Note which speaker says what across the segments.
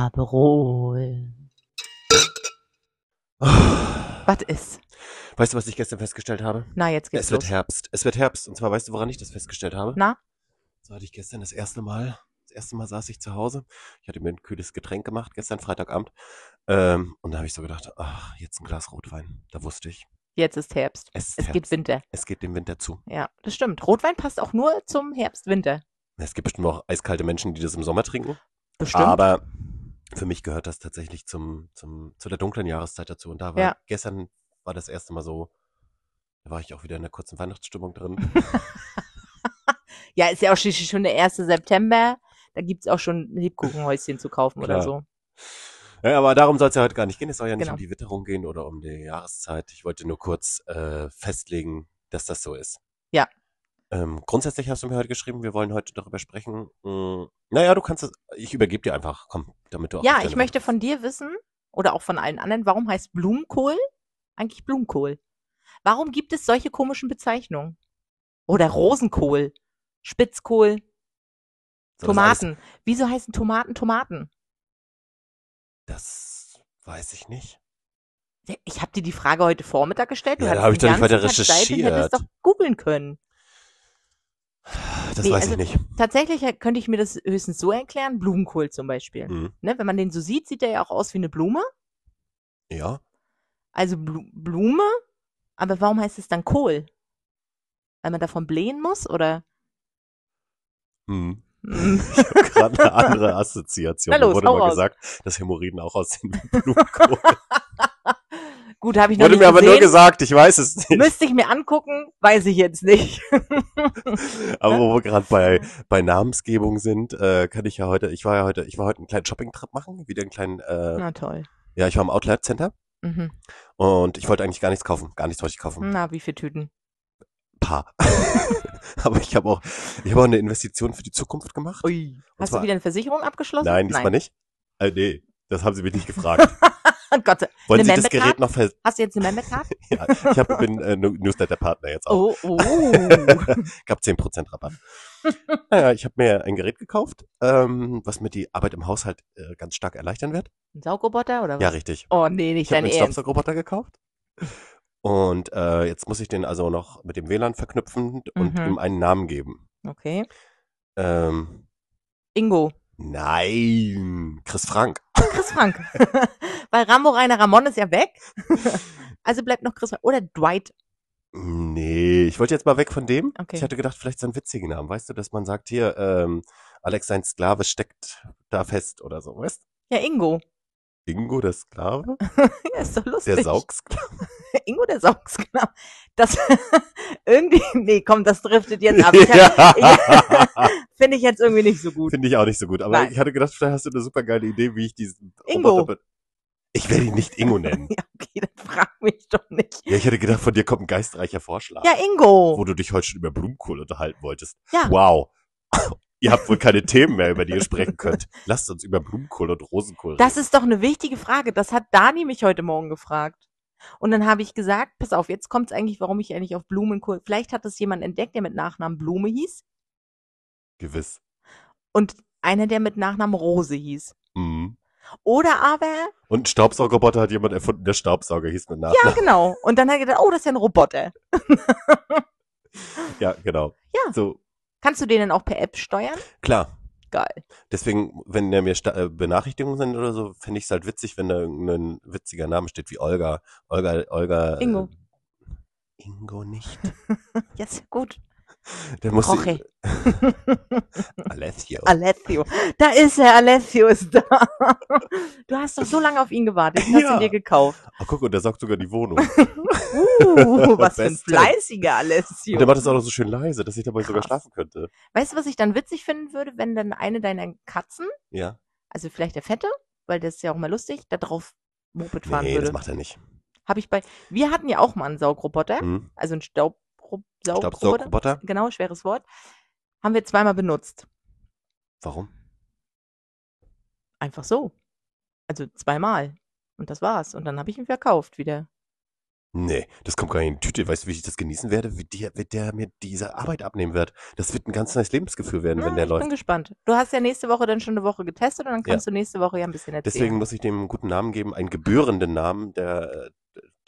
Speaker 1: Rhabarberol. Was ist?
Speaker 2: Oh. Weißt du, was ich gestern festgestellt habe?
Speaker 1: Na, jetzt geht's
Speaker 2: Es wird
Speaker 1: los.
Speaker 2: Herbst. Es wird Herbst. Und zwar, weißt du, woran ich das festgestellt habe?
Speaker 1: Na?
Speaker 2: So hatte ich gestern das erste Mal. Das erste Mal saß ich zu Hause. Ich hatte mir ein kühles Getränk gemacht, gestern Freitagabend. Ähm, und da habe ich so gedacht, ach, jetzt ein Glas Rotwein. Da wusste ich.
Speaker 1: Jetzt ist Herbst.
Speaker 2: Es, ist
Speaker 1: Es
Speaker 2: Herbst.
Speaker 1: gibt Winter.
Speaker 2: es geht dem Winter zu.
Speaker 1: Ja, das stimmt. Rotwein passt auch nur zum Herbst-Winter.
Speaker 2: Es gibt bestimmt auch eiskalte Menschen, die das im Sommer trinken.
Speaker 1: Bestimmt.
Speaker 2: Aber für mich gehört das tatsächlich zum, zum, zu der dunklen Jahreszeit dazu. Und da war
Speaker 1: Ja.
Speaker 2: gestern war das erste Mal so, da war ich auch wieder in einer kurzen Weihnachtsstimmung drin.
Speaker 1: ja, ist ja auch schon- schon der 1. September. Da gibt's auch schon Lebkuchenhäuschen zu kaufen oder
Speaker 2: Klar.
Speaker 1: so.
Speaker 2: Ja, aber darum soll es ja heute gar nicht gehen. Es soll ja nicht
Speaker 1: Genau.
Speaker 2: um die Witterung gehen oder um die Jahreszeit. Ich wollte nur kurz äh, festlegen, dass das so ist.
Speaker 1: Ja.
Speaker 2: Ähm, grundsätzlich hast du mir heute geschrieben, wir wollen heute darüber sprechen. Mh, naja, du kannst das. Ich übergebe dir einfach. Komm, damit du auch.
Speaker 1: Ja,
Speaker 2: nicht
Speaker 1: ich
Speaker 2: deine
Speaker 1: möchte
Speaker 2: Worte-
Speaker 1: von dir wissen oder auch von allen anderen, warum heißt Blumenkohl eigentlich Blumenkohl? Warum gibt es solche komischen Bezeichnungen? Oder Rosenkohl, Spitzkohl,
Speaker 2: Soll das alles-
Speaker 1: Tomaten. Wieso heißen Tomaten Tomaten?
Speaker 2: Das weiß ich nicht.
Speaker 1: Ich habe dir die Frage heute Vormittag gestellt. Du
Speaker 2: Ja, da
Speaker 1: hattest
Speaker 2: hab ich
Speaker 1: den
Speaker 2: doch nicht
Speaker 1: ganzen
Speaker 2: weiter
Speaker 1: Tag Zeit und hättest
Speaker 2: recherchiert.
Speaker 1: doch googeln können.
Speaker 2: Das
Speaker 1: Nee,
Speaker 2: weiß
Speaker 1: also-
Speaker 2: ich nicht.
Speaker 1: Tatsächlich äh, könnte ich mir das höchstens so erklären. Blumenkohl zum Beispiel.
Speaker 2: Mhm.
Speaker 1: Ne, wenn man den so sieht, sieht er ja auch aus wie eine Blume.
Speaker 2: Ja.
Speaker 1: Also Blu Blume, aber warum heißt es dann Kohl? Weil man davon blähen muss oder?
Speaker 2: Hm.
Speaker 1: Hm.
Speaker 2: Gerade eine andere Assoziation.
Speaker 1: Na los,
Speaker 2: Mir wurde
Speaker 1: hau
Speaker 2: mal
Speaker 1: raus.
Speaker 2: gesagt, dass Hämorrhoiden auch aussehen wie Blumenkohl.
Speaker 1: Gut, habe ich noch
Speaker 2: wurde
Speaker 1: nicht
Speaker 2: mir aber nur
Speaker 1: gesehen.
Speaker 2: gesagt, ich weiß es nicht.
Speaker 1: Müsste ich mir angucken, weiß ich jetzt nicht.
Speaker 2: Aber wo wir gerade bei, bei Namensgebung sind, äh, kann ich ja heute, ich war ja heute, ich war heute einen kleinen Shopping-Trip machen, wieder einen kleinen, äh,
Speaker 1: Na toll.
Speaker 2: ja, ich war im Outlet Center
Speaker 1: Mhm.
Speaker 2: und ich wollte eigentlich gar nichts kaufen, gar nichts wollte ich kaufen.
Speaker 1: Na, wie viele Tüten?
Speaker 2: Paar. Aber ich habe auch, ich habe auch eine Investition für die Zukunft gemacht.
Speaker 1: Ui. Hast
Speaker 2: zwar-
Speaker 1: du wieder eine Versicherung abgeschlossen?
Speaker 2: Nein, diesmal nicht. Äh, nee, das haben sie mich nicht gefragt.
Speaker 1: Oh Gott,
Speaker 2: Wollen
Speaker 1: Eine
Speaker 2: Sie das
Speaker 1: Membercard?
Speaker 2: Gerät noch ver
Speaker 1: hast du jetzt eine Membercard?
Speaker 2: ja, Ich hab, bin äh, Nu- Newsletter-Partner jetzt auch.
Speaker 1: Oh, oh.
Speaker 2: Gab 10% Rabatt. naja, ich habe mir ein Gerät gekauft, ähm, was mir die Arbeit im Haushalt äh, ganz stark erleichtern wird.
Speaker 1: Ein Saugroboter oder was?
Speaker 2: Ja, richtig.
Speaker 1: Oh nee, nicht
Speaker 2: Ich habe
Speaker 1: dein
Speaker 2: mir einen
Speaker 1: Ernst.
Speaker 2: Staubsaugerroboter gekauft. Und äh, jetzt muss ich den also noch mit dem WLAN verknüpfen und
Speaker 1: Mhm.
Speaker 2: ihm einen Namen geben.
Speaker 1: Okay.
Speaker 2: Ähm,
Speaker 1: Ingo.
Speaker 2: nein, Chris Frank.
Speaker 1: Chris Frank. Weil Rambo Rainer Ramon ist ja weg. also bleibt noch Chris Frank. Oder Dwight.
Speaker 2: Nee, ich wollte jetzt mal weg von dem.
Speaker 1: Okay.
Speaker 2: Ich hatte gedacht, vielleicht so einen witzigen Namen. Weißt du, dass man sagt hier, ähm, Alex, sein Sklave steckt da fest oder so. Weißt
Speaker 1: Ja, Ingo.
Speaker 2: du? Ingo, der Sklave?
Speaker 1: Ja, ist doch lustig.
Speaker 2: Der Saugsklave?
Speaker 1: Ingo der Saugs, genau. Das irgendwie, nee, komm, das driftet jetzt ab. Ich hab- Finde ich jetzt irgendwie nicht so gut.
Speaker 2: Finde ich auch nicht so gut. Aber
Speaker 1: Nein.
Speaker 2: ich hatte gedacht, vielleicht hast du eine super geile Idee, wie ich diesen
Speaker 1: Ingo.
Speaker 2: Roboter... be- Ich werde ihn nicht Ingo nennen.
Speaker 1: Ja, okay, dann frag mich doch nicht.
Speaker 2: Ja, ich hätte gedacht, von dir kommt ein geistreicher Vorschlag,
Speaker 1: Ja,
Speaker 2: wo
Speaker 1: Ingo.
Speaker 2: du dich heute schon über Blumenkohl unterhalten wolltest.
Speaker 1: Ja.
Speaker 2: Wow. ihr habt wohl keine Themen mehr, über die ihr sprechen könnt. Lasst uns über Blumenkohl und Rosenkohl
Speaker 1: Das
Speaker 2: reden.
Speaker 1: ist doch eine wichtige Frage. Das hat Dani mich heute Morgen gefragt. Und dann habe ich gesagt, pass auf, jetzt kommt es eigentlich, warum ich eigentlich auf Blumenkohl. Vielleicht hat es jemand entdeckt, der mit Nachnamen Blume hieß
Speaker 2: Gewiss.
Speaker 1: und einer, der mit Nachnamen Rose hieß.
Speaker 2: Mhm.
Speaker 1: Oder aber,
Speaker 2: Und einen Staubsaugerroboter hat jemand erfunden, der Staubsauger hieß mit
Speaker 1: ja
Speaker 2: Nachnamen.
Speaker 1: genau. Und dann hat er gedacht, oh, das ist ja ein Roboter.
Speaker 2: Ja. genau.
Speaker 1: Ja.
Speaker 2: So,
Speaker 1: Kannst du den dann auch per App steuern?
Speaker 2: klar.
Speaker 1: Geil.
Speaker 2: Deswegen, wenn der mir sta- äh, Benachrichtigungen sendet oder so, fände ich es halt witzig, wenn da irgendein witziger Name steht wie Olga. Olga, Olga. äh,
Speaker 1: Ingo.
Speaker 2: Ingo nicht.
Speaker 1: Ja, yes, gut.
Speaker 2: Der muss.
Speaker 1: Jorge.
Speaker 2: Alessio.
Speaker 1: Alessio. Da ist er, Alessio ist da. Du hast doch so lange auf ihn gewartet. Ich hast
Speaker 2: Ja.
Speaker 1: ihn dir gekauft.
Speaker 2: Ach, guck, und der saugt sogar die Wohnung.
Speaker 1: Uh, was für ein
Speaker 2: Beste.
Speaker 1: fleißiger
Speaker 2: Und der
Speaker 1: Alessio.
Speaker 2: macht das auch noch so schön leise, dass ich dabei sogar
Speaker 1: Krass.
Speaker 2: schlafen könnte.
Speaker 1: Weißt du, was ich dann witzig finden würde, wenn dann eine deiner Katzen,
Speaker 2: Ja.
Speaker 1: also vielleicht der Fette, weil das ist ja auch mal lustig, da drauf Moped fahren
Speaker 2: Nee, das
Speaker 1: würde.
Speaker 2: macht er nicht.
Speaker 1: Habe ich bei. Wir hatten ja auch mal einen Saugroboter,
Speaker 2: Hm?
Speaker 1: also einen Staubro- Saugroboter.
Speaker 2: Staubsaugroboter?
Speaker 1: Genau, schweres Wort. Haben wir zweimal benutzt.
Speaker 2: Warum?
Speaker 1: Einfach so. Also zweimal. Und das war's. Und dann habe ich ihn verkauft wieder.
Speaker 2: Nee, das kommt gar nicht in die Tüte. Weißt du, wie ich das genießen werde? Wie der, wie der mir diese Arbeit abnehmen wird. Das wird ein ganz neues Lebensgefühl werden, wenn
Speaker 1: Ah,
Speaker 2: der
Speaker 1: ich
Speaker 2: läuft.
Speaker 1: bin gespannt. Du hast ja nächste Woche dann schon eine Woche getestet und dann
Speaker 2: Ja.
Speaker 1: kannst du nächste Woche ja ein bisschen erzählen.
Speaker 2: Deswegen muss ich dem einen guten Namen geben, einen gebührenden Namen, der,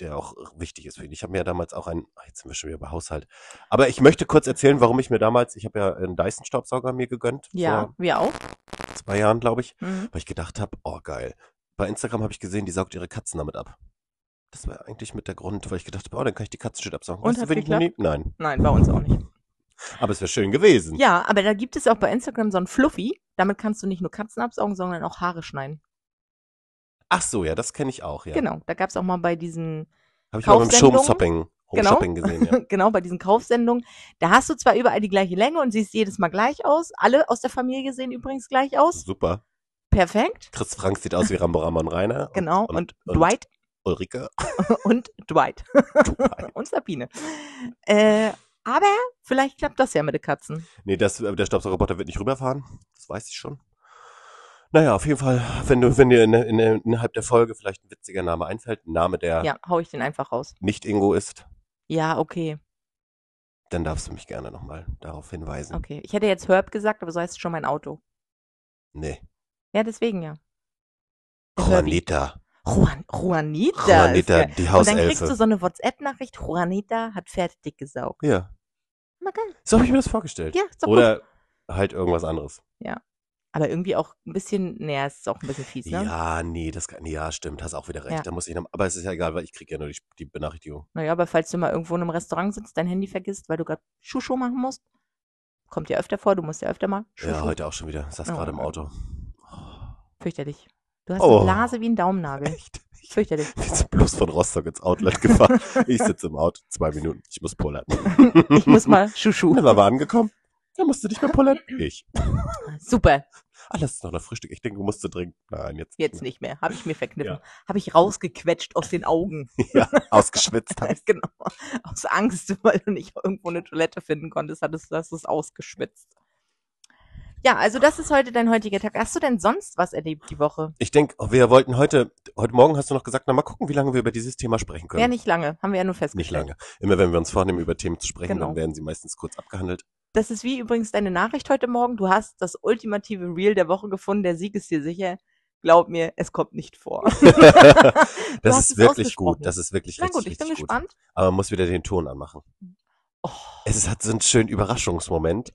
Speaker 2: der auch wichtig ist für ihn. Ich habe mir ja damals auch einen, ach, jetzt sind wir schon wieder bei Haushalt. Aber ich möchte kurz erzählen, warum ich mir damals, ich habe ja einen Dyson-Staubsauger mir gegönnt,
Speaker 1: ja, wir auch.
Speaker 2: vor zwei Jahren, glaube ich,
Speaker 1: Mhm.
Speaker 2: weil ich gedacht habe, oh geil. Bei Instagram habe ich gesehen, die saugt ihre Katzen damit ab. Das war eigentlich mit der Grund, weil ich gedacht habe, oh, dann kann ich die Katzen schön absaugen.
Speaker 1: Und
Speaker 2: Weißt du,
Speaker 1: hat
Speaker 2: wenn ich noch nie- Nein,
Speaker 1: Nein, bei uns auch nicht.
Speaker 2: aber es wäre schön gewesen.
Speaker 1: Ja, aber da gibt es auch bei Instagram so einen Fluffy. Damit kannst du nicht nur Katzen absaugen, sondern auch Haare schneiden.
Speaker 2: Ach so, ja, das kenne ich auch, ja.
Speaker 1: Genau, da gab es auch mal bei diesen,
Speaker 2: Habe ich mal im
Speaker 1: Kaufsendungen.
Speaker 2: Home Shopping, Home
Speaker 1: Genau.
Speaker 2: Shopping gesehen, ja.
Speaker 1: genau, bei diesen Kaufsendungen. Da hast du zwar überall die gleiche Länge und siehst jedes Mal gleich aus. Alle aus der Familie sehen übrigens gleich aus.
Speaker 2: Super.
Speaker 1: Perfekt.
Speaker 2: Chris Frank sieht aus wie Rambo Ramon Rainer. und-
Speaker 1: Genau.
Speaker 2: und
Speaker 1: Und, Dwight
Speaker 2: Ulrike.
Speaker 1: und Dwight und Sabine. Äh, aber vielleicht klappt das ja mit den Katzen.
Speaker 2: Nee, das, äh, der Staubsaugerroboter wird nicht rüberfahren. Das weiß ich schon. Naja, auf jeden Fall, wenn du, wenn dir in, in, innerhalb der Folge vielleicht ein witziger Name einfällt, ein Name, der
Speaker 1: Ja, hau ich den einfach raus.
Speaker 2: nicht Ingo ist,
Speaker 1: Ja, okay,
Speaker 2: dann darfst du mich gerne nochmal darauf hinweisen.
Speaker 1: okay. Ich hätte jetzt Herb gesagt, aber so heißt schon mein Auto.
Speaker 2: Nee.
Speaker 1: Ja, deswegen ja. Der Herbie.
Speaker 2: Juanita.
Speaker 1: Juan, Juanita. ist
Speaker 2: Juanita,
Speaker 1: geil.
Speaker 2: die
Speaker 1: Und dann kriegst du
Speaker 2: Hauselfe.
Speaker 1: so eine WhatsApp-Nachricht, Juanita hat fertig gesaugt.
Speaker 2: Ja.
Speaker 1: Na geil.
Speaker 2: So habe ich mir das vorgestellt.
Speaker 1: Ja, ist doch gut.
Speaker 2: Oder halt irgendwas anderes.
Speaker 1: Aber irgendwie auch ein bisschen, naja, es ist auch ein bisschen fies, ne?
Speaker 2: Ja, nee, das kann, nee, ja, stimmt, hast auch wieder recht.
Speaker 1: Ja.
Speaker 2: Da muss ich noch, aber es ist ja egal, weil ich kriege ja nur die, die Benachrichtigung.
Speaker 1: Naja, aber falls du mal irgendwo in einem Restaurant sitzt, dein Handy vergisst, weil du gerade Schuschu machen musst, kommt ja öfter vor, du musst ja öfter mal Schuschu.
Speaker 2: Ja, heute auch schon wieder. Saß
Speaker 1: Oh.
Speaker 2: gerade im Auto.
Speaker 1: Fürchterlich. Du hast
Speaker 2: Oh.
Speaker 1: eine Blase wie ein Daumennagel.
Speaker 2: Echt? Ich
Speaker 1: Fürchterlich.
Speaker 2: Wir sind bloß von Rostock ins Outlet gefahren. Ich sitze im Auto, zwei Minuten. Ich muss pullern.
Speaker 1: Ich muss mal
Speaker 2: Dann
Speaker 1: Schuschu.
Speaker 2: waren wir angekommen. Da musst du nicht mehr pullern. Ich.
Speaker 1: Super,
Speaker 2: Ah, das ist noch ein Frühstück. Ich denke, du musst trinken. Nein, jetzt.
Speaker 1: jetzt
Speaker 2: nicht
Speaker 1: nicht mehr. Habe ich mir verkniffen. Habe ich rausgequetscht aus den Augen.
Speaker 2: mehr. Ja, ausgeschwitzt hast.
Speaker 1: genau. Aus Angst, weil du nicht irgendwo eine Toilette finden konntest, hattest du hast du es ausgeschwitzt. Ja, also das ist heute dein heutiger Tag. Hast du denn sonst was erlebt die Woche?
Speaker 2: Ich denke, wir wollten heute, heute Morgen hast du noch gesagt, na mal gucken, wie lange wir über dieses Thema sprechen können.
Speaker 1: Ja, nicht lange. Haben wir ja nur
Speaker 2: Nicht
Speaker 1: festgestellt.
Speaker 2: lange. Immer wenn wir uns vornehmen, über Themen zu sprechen,
Speaker 1: Genau.
Speaker 2: dann werden sie meistens kurz abgehandelt.
Speaker 1: Das ist wie übrigens deine Nachricht heute Morgen. Du hast das ultimative Reel der Woche gefunden. Der Sieg ist dir sicher. Glaub mir, es kommt nicht vor.
Speaker 2: das
Speaker 1: hast es
Speaker 2: ist wirklich
Speaker 1: ausgesprochen.
Speaker 2: gut. Das ist wirklich
Speaker 1: Na
Speaker 2: richtig,
Speaker 1: gut, ich bin
Speaker 2: richtig gut.
Speaker 1: gespannt.
Speaker 2: Aber man muss wieder den Ton anmachen.
Speaker 1: Oh,
Speaker 2: Es ist, hat so einen schönen Überraschungsmoment.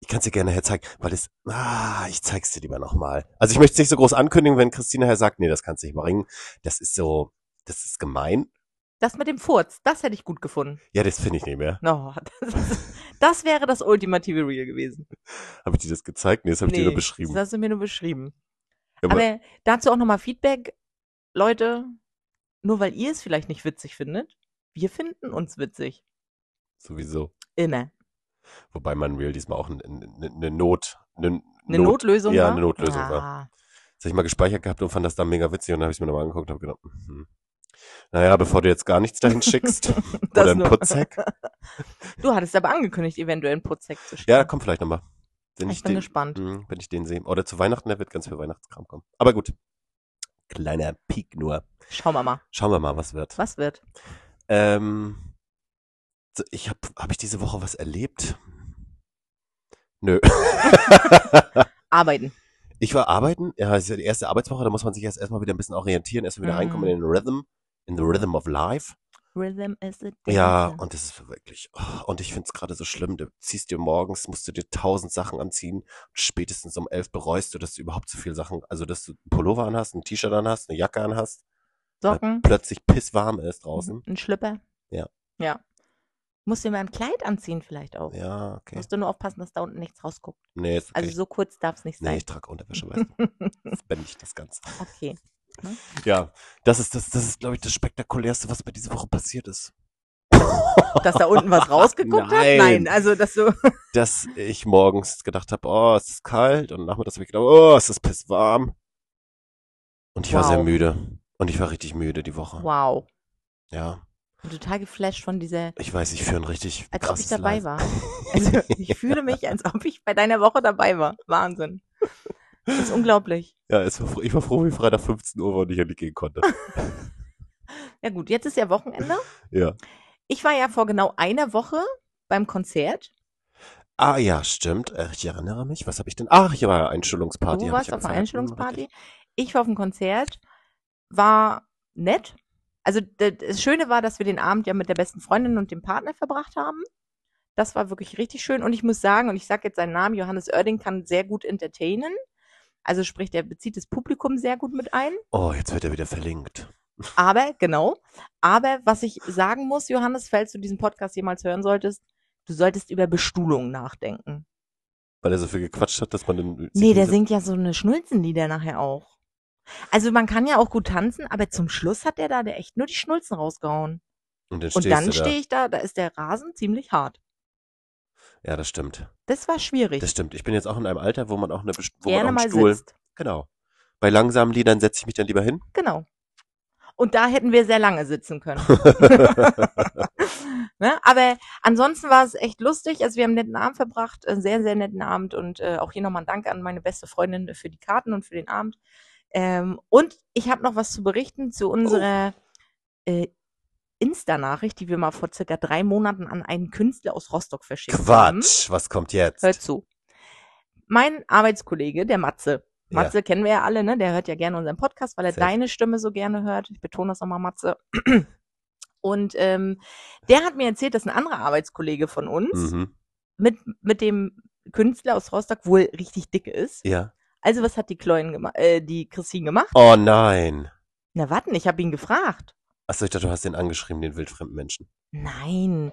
Speaker 2: Ich kann es dir gerne her zeigen, weil es. Ah, ich zeig's dir lieber nochmal. Also ich möchte es nicht so groß ankündigen, wenn Christina her sagt, nee, das kannst du nicht bringen. Das ist so, das ist gemein.
Speaker 1: das mit dem Furz, das hätte ich gut gefunden.
Speaker 2: Ja, das finde ich nicht mehr.
Speaker 1: No, das, ist, das wäre das ultimative Reel gewesen.
Speaker 2: Habe ich dir das gezeigt? Nee, das habe ich dir nur beschrieben.
Speaker 1: Das hast du mir nur beschrieben.
Speaker 2: Ja,
Speaker 1: Aber,
Speaker 2: aber-
Speaker 1: dazu auch nochmal Feedback. Leute, nur weil ihr es vielleicht nicht witzig findet, wir finden uns witzig.
Speaker 2: Sowieso.
Speaker 1: Immer.
Speaker 2: Wobei man real diesmal auch eine ne, ne Not. Ne,
Speaker 1: Eine
Speaker 2: Not.
Speaker 1: Notlösung
Speaker 2: ja,
Speaker 1: war?
Speaker 2: eine Notlösung
Speaker 1: ah,
Speaker 2: war. Das hab ich mal gespeichert gehabt und fand das dann mega witzig und dann habe ich mir nochmal angeguckt und habe gedacht, hm. naja, bevor du jetzt gar nichts dahin schickst
Speaker 1: Das
Speaker 2: oder einen
Speaker 1: nur.
Speaker 2: Putzhack.
Speaker 1: Du hattest aber angekündigt, eventuell einen Putzsack zu schicken.
Speaker 2: Ja, kommt vielleicht nochmal. Wenn
Speaker 1: Ich bin
Speaker 2: den-
Speaker 1: gespannt.
Speaker 2: Mhm, wenn ich den sehe. Oder zu Weihnachten, da wird ganz viel Weihnachtskram kommen. Aber gut. Kleiner Peak nur.
Speaker 1: Schauen wir mal,
Speaker 2: Schauen wir mal, was wird.
Speaker 1: was wird.
Speaker 2: Ähm, so, ich habe hab ich diese Woche was erlebt? Nö.
Speaker 1: Arbeiten.
Speaker 2: ich war arbeiten. Ja, es ist ja die erste Arbeitswoche. Da muss man sich erst erstmal wieder ein bisschen orientieren, erstmal wieder
Speaker 1: Mhm.
Speaker 2: reinkommen in den Rhythm, in the Rhythm of Life.
Speaker 1: Rhythm is a
Speaker 2: Ja,
Speaker 1: dancer.
Speaker 2: und das ist wirklich. Oh, und ich find's gerade so schlimm. Du ziehst dir morgens, musst du dir tausend Sachen anziehen. Und spätestens um elf bereust du, dass du überhaupt so viel Sachen, also dass du einen Pullover anhast, ein T-Shirt anhast, eine Jacke anhast.
Speaker 1: Socken,
Speaker 2: plötzlich pisswarm ist halt draußen.
Speaker 1: ein Schlipper.
Speaker 2: Ja.
Speaker 1: Ja. Musst du dir mal ein Kleid anziehen vielleicht auch.
Speaker 2: Ja, okay.
Speaker 1: Musst du nur aufpassen, dass da unten nichts rausguckt.
Speaker 2: Nee, ist okay.
Speaker 1: Mhm. Also so kurz darf es nicht
Speaker 2: nee,
Speaker 1: sein.
Speaker 2: ich trage Unterwäsche, weißt du. Spende ich das Ganze.
Speaker 1: Okay.
Speaker 2: Ja, das ist, das, das ist, glaube ich, das Spektakulärste, was mir diese Woche passiert ist.
Speaker 1: Dass da unten was rausgeguckt
Speaker 2: Nein.
Speaker 1: hat? Nein, also dass du.
Speaker 2: Dass ich morgens gedacht habe, oh, es ist kalt und nachmittags habe ich gedacht, oh, es ist pisswarm. Und ich war
Speaker 1: Wow.
Speaker 2: sehr müde. Und ich war richtig müde die Woche.
Speaker 1: Wow.
Speaker 2: Ja,
Speaker 1: Ich bin total geflasht von dieser,
Speaker 2: ich weiß, ich führe ein richtig
Speaker 1: als ob ich
Speaker 2: krasses
Speaker 1: dabei
Speaker 2: Leid.
Speaker 1: war. Also ich fühle mich, als ob ich bei deiner Woche dabei war. Wahnsinn. Das ist unglaublich.
Speaker 2: Ja, es war, fr- ich war froh, wie Freitag 15 Uhr war und ich ja nicht gehen konnte.
Speaker 1: Ja gut, jetzt ist ja Wochenende.
Speaker 2: Ja.
Speaker 1: Ich war ja vor genau einer Woche beim Konzert.
Speaker 2: Ah ja, stimmt. Äh, Ich erinnere mich. Was habe ich denn? Ach, ich war ja
Speaker 1: du
Speaker 2: Einstellungsparty. hab ich
Speaker 1: warst
Speaker 2: ja
Speaker 1: auf einer
Speaker 2: gesagt. ne?
Speaker 1: Einstellungsparty. Ich war auf einem Konzert. War nett. Also d- das Schöne war, dass wir den Abend ja mit der besten Freundin und dem Partner verbracht haben. Das war wirklich richtig schön. Und ich muss sagen, und ich sage jetzt seinen Namen, Johannes Oerding kann sehr gut entertainen. Also sprich, der bezieht das Publikum sehr gut mit ein.
Speaker 2: Oh, jetzt wird er wieder verlinkt.
Speaker 1: Aber, genau. Aber was ich sagen muss, Johannes, falls du diesen Podcast jemals hören solltest, du solltest über Bestuhlung nachdenken.
Speaker 2: Weil er so viel gequatscht hat, dass man den.
Speaker 1: Nee, der singt ja so eine Schnulzenlieder nachher auch. Also man kann ja auch gut tanzen, aber zum Schluss hat der da der echt nur die Schnulzen rausgehauen.
Speaker 2: Und, dann
Speaker 1: Und dann
Speaker 2: steht.
Speaker 1: stehe ich da, da ist der Rasen ziemlich hart.
Speaker 2: Ja, das stimmt.
Speaker 1: Das war schwierig.
Speaker 2: Das stimmt. Ich bin jetzt auch in einem Alter, wo man auch eine Best- wo
Speaker 1: Gerne
Speaker 2: man auch
Speaker 1: mal
Speaker 2: einen Stuhl.
Speaker 1: sitzt.
Speaker 2: Genau. Bei langsamen Liedern setze ich mich dann lieber hin.
Speaker 1: Genau. Und da hätten wir sehr lange sitzen können. ne? Aber ansonsten war es echt lustig. Also wir haben einen netten Abend verbracht, einen sehr, sehr netten Abend. Und äh, auch hier nochmal ein Dank an meine beste Freundin für die Karten und für den Abend. Ähm, und ich habe noch was zu berichten zu unserer äh, Insta-Nachricht, die wir mal vor circa drei Monaten an einen Künstler aus Rostock verschickt haben.
Speaker 2: Quatsch. Was kommt jetzt?
Speaker 1: Hört zu. Mein Arbeitskollege, der Matze,
Speaker 2: Ja.
Speaker 1: Matze kennen wir ja alle, ne? Der hört ja gerne unseren Podcast, weil er
Speaker 2: Sehr.
Speaker 1: deine Stimme so gerne hört. Ich betone das nochmal, Matze. Und ähm, der hat mir erzählt, dass ein anderer Arbeitskollege von uns
Speaker 2: Mhm.
Speaker 1: mit, mit dem Künstler aus Rostock wohl richtig dick ist.
Speaker 2: Ja.
Speaker 1: Also was hat die Chloe gemacht, äh, die Christine gemacht?
Speaker 2: Oh nein.
Speaker 1: Na warten, ich habe ihn gefragt.
Speaker 2: Achso, ich dachte, du hast den angeschrieben, den wildfremden Menschen.
Speaker 1: Nein,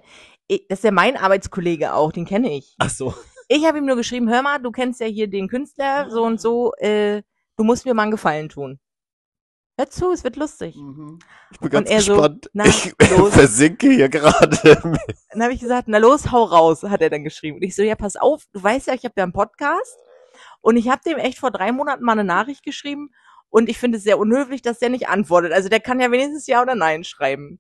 Speaker 1: ich, das ist ja mein Arbeitskollege auch, den kenne ich.
Speaker 2: Ach so.
Speaker 1: Ich habe ihm nur geschrieben, hör mal, du kennst ja hier den Künstler, so und so, äh, du musst mir mal einen Gefallen tun. Hör zu, es wird lustig.
Speaker 2: Ich bin
Speaker 1: Mhm. Und
Speaker 2: ganz
Speaker 1: er so,
Speaker 2: gespannt.
Speaker 1: na,
Speaker 2: ich
Speaker 1: los.
Speaker 2: versinke hier gerade.
Speaker 1: Dann habe ich gesagt, na los, hau raus, hat er dann geschrieben. Und ich so, ja, pass auf, du weißt ja, ich habe ja einen Podcast und ich habe dem echt vor drei Monaten mal eine Nachricht geschrieben und ich finde es sehr unhöflich, dass der nicht antwortet. Also der kann ja wenigstens Ja oder Nein schreiben.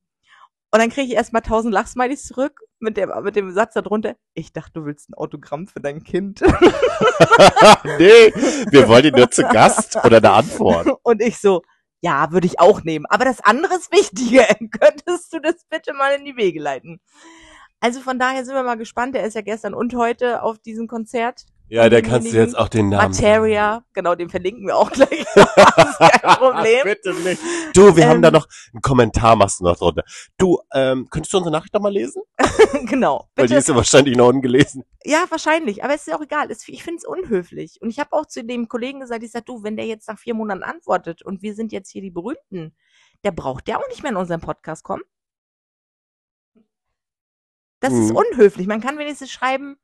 Speaker 1: Und dann kriege ich erstmal tausend Lachsmilies zurück mit dem, mit dem Satz darunter, ich dachte, du willst ein Autogramm für dein Kind.
Speaker 2: nee, wir wollen ihn nur zu Gast oder eine Antwort.
Speaker 1: Und ich so, ja, würde ich auch nehmen. Aber das andere ist wichtiger. Könntest du das bitte mal in die Wege leiten? Also von daher sind wir mal gespannt. Der ist ja gestern und heute auf diesem Konzert.
Speaker 2: Ja, da kannst du jetzt auch den Namen.
Speaker 1: Materia, genau, den verlinken wir auch gleich. das ist kein Problem.
Speaker 2: Bitte nicht. Du, wir haben
Speaker 1: Ähm.
Speaker 2: da noch einen Kommentar, machst du noch drunter. Du, ähm, könntest du unsere Nachricht nochmal lesen?
Speaker 1: genau.
Speaker 2: Weil die
Speaker 1: Bitte.
Speaker 2: ist ja wahrscheinlich noch ungelesen.
Speaker 1: Ja, wahrscheinlich. Aber es ist ja auch egal. Es, ich finde es unhöflich. Und ich habe auch zu dem Kollegen gesagt, ich sag, du, wenn der jetzt nach vier Monaten antwortet und wir sind jetzt hier die Berühmten, der braucht der auch nicht mehr in unseren Podcast kommen. Das ist
Speaker 2: Mhm.
Speaker 1: unhöflich. Man kann wenigstens schreiben,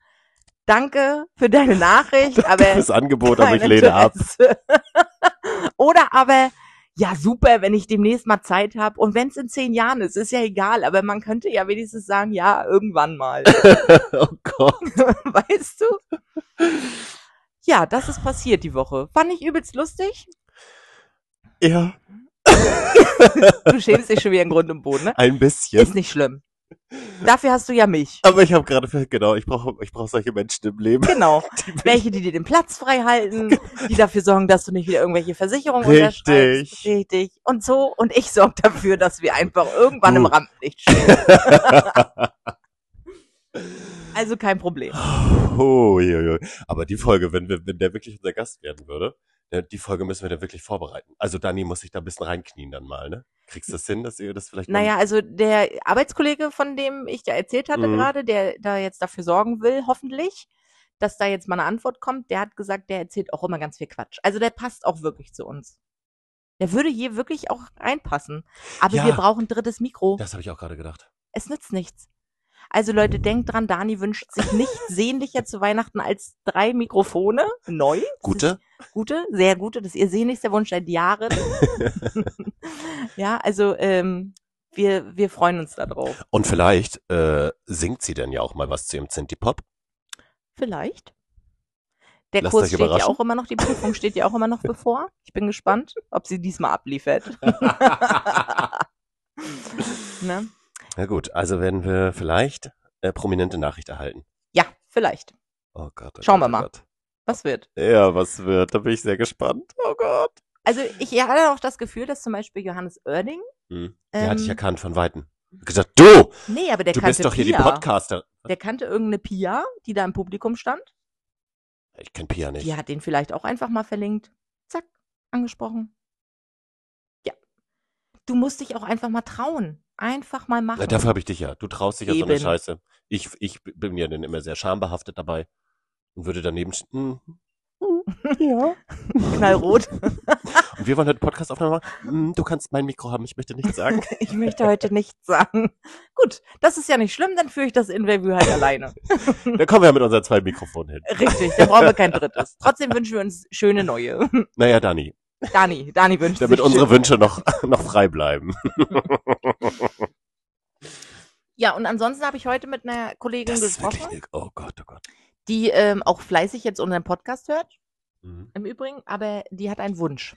Speaker 1: danke für deine Nachricht, aber
Speaker 2: Das Angebot, aber ich
Speaker 1: kein
Speaker 2: lehne ab.
Speaker 1: Interesse. Oder aber, ja super, wenn ich demnächst mal Zeit habe. Und wenn es in zehn Jahren ist, ist ja egal. Aber man könnte ja wenigstens sagen, ja, irgendwann mal.
Speaker 2: oh Gott.
Speaker 1: weißt du? Ja, das ist passiert die Woche. Fand ich übelst lustig.
Speaker 2: Ja,
Speaker 1: Du schämst dich schon wieder im Grund und Boden, ne?
Speaker 2: ein bisschen.
Speaker 1: Ist nicht schlimm. Dafür hast du ja mich.
Speaker 2: Aber ich habe gerade, ver- genau, ich brauche ich brauch solche Menschen im Leben.
Speaker 1: Genau.
Speaker 2: Die mich-
Speaker 1: Welche, die dir den Platz frei halten, die dafür sorgen, dass du nicht wieder irgendwelche Versicherungen
Speaker 2: Richtig.
Speaker 1: unterschreibst. Richtig. Und so. Und ich sorge dafür, dass wir einfach irgendwann im
Speaker 2: Du.
Speaker 1: Rampenlicht stehen. also kein Problem.
Speaker 2: Oh, jo, jo. Aber die Folge, wenn, wir, wenn der wirklich unser Gast werden würde, ja, die Folge müssen wir dann wirklich vorbereiten. Also Dani muss sich da ein bisschen reinknien dann mal, ne? Kriegst du das hin, dass ihr das vielleicht mal-
Speaker 1: Naja, also der Arbeitskollege, von dem ich ja erzählt hatte
Speaker 2: Mhm.
Speaker 1: gerade, der da jetzt dafür sorgen will, hoffentlich, dass da jetzt mal eine Antwort kommt, der hat gesagt, der erzählt auch immer ganz viel Quatsch. Also der passt auch wirklich zu uns. Der würde hier wirklich auch reinpassen. Aber
Speaker 2: Ja.
Speaker 1: wir brauchen ein drittes Mikro.
Speaker 2: Das habe ich auch gerade gedacht.
Speaker 1: Es nützt nichts. Also Leute, denkt dran, Dani wünscht sich nichts sehnlicher zu Weihnachten als drei Mikrofone. Neu. Das ist
Speaker 2: Gute?
Speaker 1: Gute, sehr gute. Das ist ihr sehnlichster Wunsch seit Jahren. ja, also ähm, wir, wir freuen uns darauf.
Speaker 2: Und vielleicht äh, singt sie denn ja auch mal was zu ihrem Zinti-Pop.
Speaker 1: Vielleicht. Der
Speaker 2: Lasst
Speaker 1: Kurs
Speaker 2: euch
Speaker 1: steht ja
Speaker 2: überraschen.
Speaker 1: auch immer noch, die Prüfung steht ja auch immer noch bevor. Ich bin gespannt, ob sie diesmal abliefert. ne?
Speaker 2: Na gut, also werden wir vielleicht äh, prominente Nachricht erhalten.
Speaker 1: Ja, vielleicht.
Speaker 2: Oh Gott. Oh
Speaker 1: Schauen
Speaker 2: Gott,
Speaker 1: wir mal.
Speaker 2: Oh Gott.
Speaker 1: Was wird?
Speaker 2: Ja, was wird? Da bin ich sehr gespannt. Oh Gott.
Speaker 1: Also ich hatte auch das Gefühl, dass zum Beispiel Johannes Oerding
Speaker 2: Hm. Die hatte ich
Speaker 1: Ähm.
Speaker 2: erkannt von Weitem. Gesagt, du,
Speaker 1: Nee, aber der
Speaker 2: du
Speaker 1: kannte
Speaker 2: bist doch hier
Speaker 1: Pia.
Speaker 2: die Podcaster.
Speaker 1: Der kannte irgendeine Pia, die da im Publikum stand.
Speaker 2: Ich kenn Pia nicht.
Speaker 1: Die hat den vielleicht auch einfach mal verlinkt. Zack, angesprochen. Ja. Du musst dich auch einfach mal trauen. Einfach mal machen.
Speaker 2: Na, dafür habe ich dich ja. Du traust dich ja so eine
Speaker 1: Eben.
Speaker 2: Scheiße. Ich, ich bin ja dann immer sehr schambehaftet dabei und würde daneben hm. stehen. Ja.
Speaker 1: Knallrot.
Speaker 2: Und wir wollen heute Podcast-Aufnahme machen. Mm, Du kannst mein Mikro haben, ich möchte nichts sagen.
Speaker 1: Ich möchte heute nichts sagen. Gut, das ist ja nicht schlimm, dann führe ich das Interview halt alleine.
Speaker 2: da kommen wir ja mit unseren zwei Mikrofonen hin.
Speaker 1: Richtig, da brauchen wir kein drittes. Trotzdem wünschen wir uns schöne neue.
Speaker 2: Naja, Dani,
Speaker 1: Dani, Dani wünscht
Speaker 2: damit
Speaker 1: sich
Speaker 2: unsere
Speaker 1: schön-
Speaker 2: Wünsche noch, noch frei bleiben.
Speaker 1: Ja, und ansonsten habe ich heute mit einer Kollegin
Speaker 2: Das ist
Speaker 1: gesprochen,
Speaker 2: wirklich eine, oh Gott, oh Gott.
Speaker 1: die ähm, auch fleißig jetzt unseren Podcast hört,
Speaker 2: Mhm.
Speaker 1: im Übrigen, aber die hat einen Wunsch,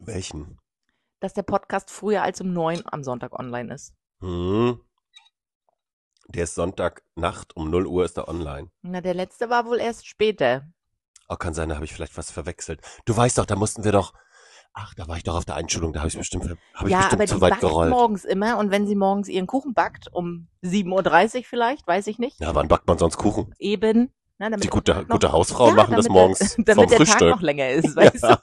Speaker 2: Welchen?
Speaker 1: dass der Podcast früher als um neun am Sonntag online ist.
Speaker 2: Hm. Der ist Sonntagnacht um 0 Uhr ist er online.
Speaker 1: Na, der letzte war wohl erst später.
Speaker 2: Oh, kann sein, da habe ich vielleicht was verwechselt. Du weißt doch, da mussten wir doch. Ach, da war ich doch auf der Einschulung, da habe ich bestimmt, hab ich
Speaker 1: ja, aber
Speaker 2: bestimmt
Speaker 1: die
Speaker 2: zu weit
Speaker 1: backt
Speaker 2: gerollt.
Speaker 1: morgens immer und wenn sie morgens ihren Kuchen backt, um 7.30 Uhr vielleicht, weiß ich nicht,
Speaker 2: Ja, wann backt man sonst Kuchen?
Speaker 1: eben. Na, damit
Speaker 2: Die
Speaker 1: der
Speaker 2: gute,
Speaker 1: Tag noch-
Speaker 2: gute Hausfrauen
Speaker 1: Ja,
Speaker 2: machen das
Speaker 1: damit
Speaker 2: morgens
Speaker 1: Der, damit
Speaker 2: vom
Speaker 1: der Tag
Speaker 2: Frühstück.
Speaker 1: noch länger ist, weißt du?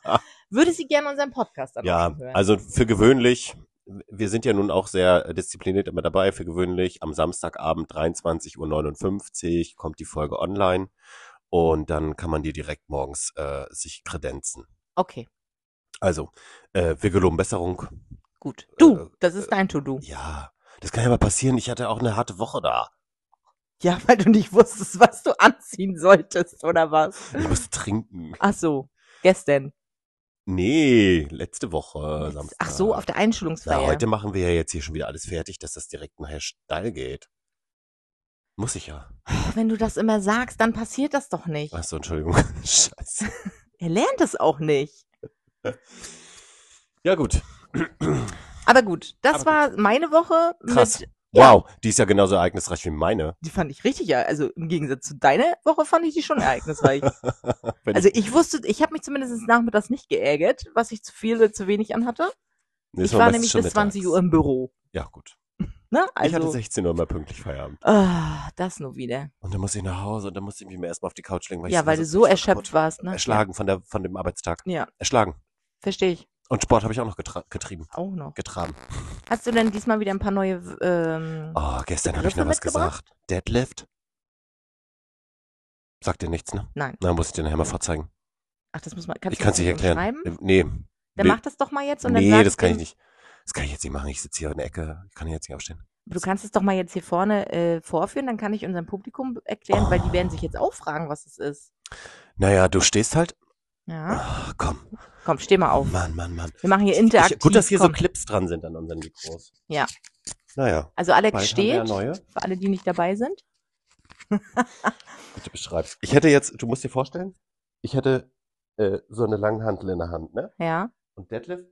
Speaker 1: Würde sie gerne unseren Podcast dann
Speaker 2: Ja,
Speaker 1: auch hören.
Speaker 2: also für gewöhnlich, wir sind ja nun auch sehr diszipliniert immer dabei, für gewöhnlich am Samstagabend 23.59 Uhr kommt die Folge online und dann kann man die direkt morgens äh, sich kredenzen.
Speaker 1: okay,
Speaker 2: Also, äh, wir geloben Besserung.
Speaker 1: gut. Du,
Speaker 2: Äh,
Speaker 1: das ist dein To-Do.
Speaker 2: Ja, das kann ja mal passieren. Ich hatte auch eine harte Woche da.
Speaker 1: Ja, weil du nicht wusstest, was du anziehen solltest, oder was?
Speaker 2: Ich musste trinken.
Speaker 1: Ach so, gestern.
Speaker 2: Nee, letzte Woche Äh, Samstag.
Speaker 1: Ach so, auf der
Speaker 2: Na,
Speaker 1: Einschulungsfeier.
Speaker 2: heute machen wir ja jetzt hier schon wieder alles fertig, dass das direkt nachher steil geht. Muss ich ja.
Speaker 1: Wenn du das immer sagst, dann passiert das doch nicht.
Speaker 2: Ach so, Entschuldigung. Scheiße.
Speaker 1: Er lernt es auch nicht.
Speaker 2: Ja, gut.
Speaker 1: Aber gut, das
Speaker 2: Aber
Speaker 1: war meine Woche.
Speaker 2: Krass.
Speaker 1: Mit, Ja.
Speaker 2: Wow, die ist ja genauso ereignisreich wie meine.
Speaker 1: die fand ich richtig, ja. Also im Gegensatz zu deiner Woche fand ich die schon ereignisreich.
Speaker 2: Wenn
Speaker 1: also ich wusste, ich habe mich zumindest nachmittags nicht geärgert, was ich zu viel oder zu wenig anhatte.
Speaker 2: Nee,
Speaker 1: ich
Speaker 2: war
Speaker 1: war
Speaker 2: meistens
Speaker 1: nämlich
Speaker 2: schon
Speaker 1: bis 20 Uhr
Speaker 2: mittags.
Speaker 1: im Büro.
Speaker 2: Ja, gut.
Speaker 1: Ne?
Speaker 2: ich hatte
Speaker 1: Also,
Speaker 2: 16 Uhr mal pünktlich Feierabend.
Speaker 1: ah, das nur wieder.
Speaker 2: Und dann musste ich nach Hause und dann musste ich mich mir erstmal auf die Couch legen, weil ich
Speaker 1: ja, weil du so erschöpft
Speaker 2: warst.
Speaker 1: warst. Ne?
Speaker 2: Erschlagen von, der, von dem Arbeitstag.
Speaker 1: Ja,
Speaker 2: Erschlagen.
Speaker 1: verstehe ich.
Speaker 2: Und Sport habe ich auch noch getra getrieben.
Speaker 1: Auch noch.
Speaker 2: Getraben.
Speaker 1: Hast du denn diesmal wieder ein paar neue ähm,
Speaker 2: Oh, gestern habe ich
Speaker 1: Begriffe
Speaker 2: noch was
Speaker 1: mitgebracht?
Speaker 2: gesagt. Deadlift? Sagt dir nichts, ne?
Speaker 1: Nein.
Speaker 2: Na, muss ich dir nachher mal vorzeigen.
Speaker 1: Ach, das muss man. Kannst
Speaker 2: ich kann es nicht erklären.
Speaker 1: Schreiben?
Speaker 2: Äh, Nee.
Speaker 1: Dann
Speaker 2: nee.
Speaker 1: mach das doch mal jetzt und dann
Speaker 2: nee,
Speaker 1: sagst
Speaker 2: das kann ich
Speaker 1: du-
Speaker 2: nicht. Das kann ich jetzt nicht machen. Ich sitze hier in der Ecke. Ich kann jetzt nicht aufstehen.
Speaker 1: Du kannst es doch mal jetzt hier vorne äh, vorführen, dann kann ich unserem Publikum erklären, weil die werden sich jetzt auch fragen, was es ist.
Speaker 2: Naja, du stehst halt.
Speaker 1: Ja.
Speaker 2: Ah, komm.
Speaker 1: Komm, steh mal Hm? auf.
Speaker 2: Mann, Mann, Mann.
Speaker 1: Wir machen hier
Speaker 2: Ich,
Speaker 1: interaktiv.
Speaker 2: gut, dass hier
Speaker 1: komm.
Speaker 2: so Clips dran sind an unseren Mikros.
Speaker 1: Ja.
Speaker 2: Naja.
Speaker 1: Also Alex
Speaker 2: Bald haben wir ja
Speaker 1: steht,
Speaker 2: neue.
Speaker 1: für alle, die nicht dabei sind.
Speaker 2: Bitte beschreib's. Ich hätte jetzt, du musst dir vorstellen, ich hätte äh, so eine lange Handel in der Hand, ne?
Speaker 1: Ja.
Speaker 2: Und Deadlift,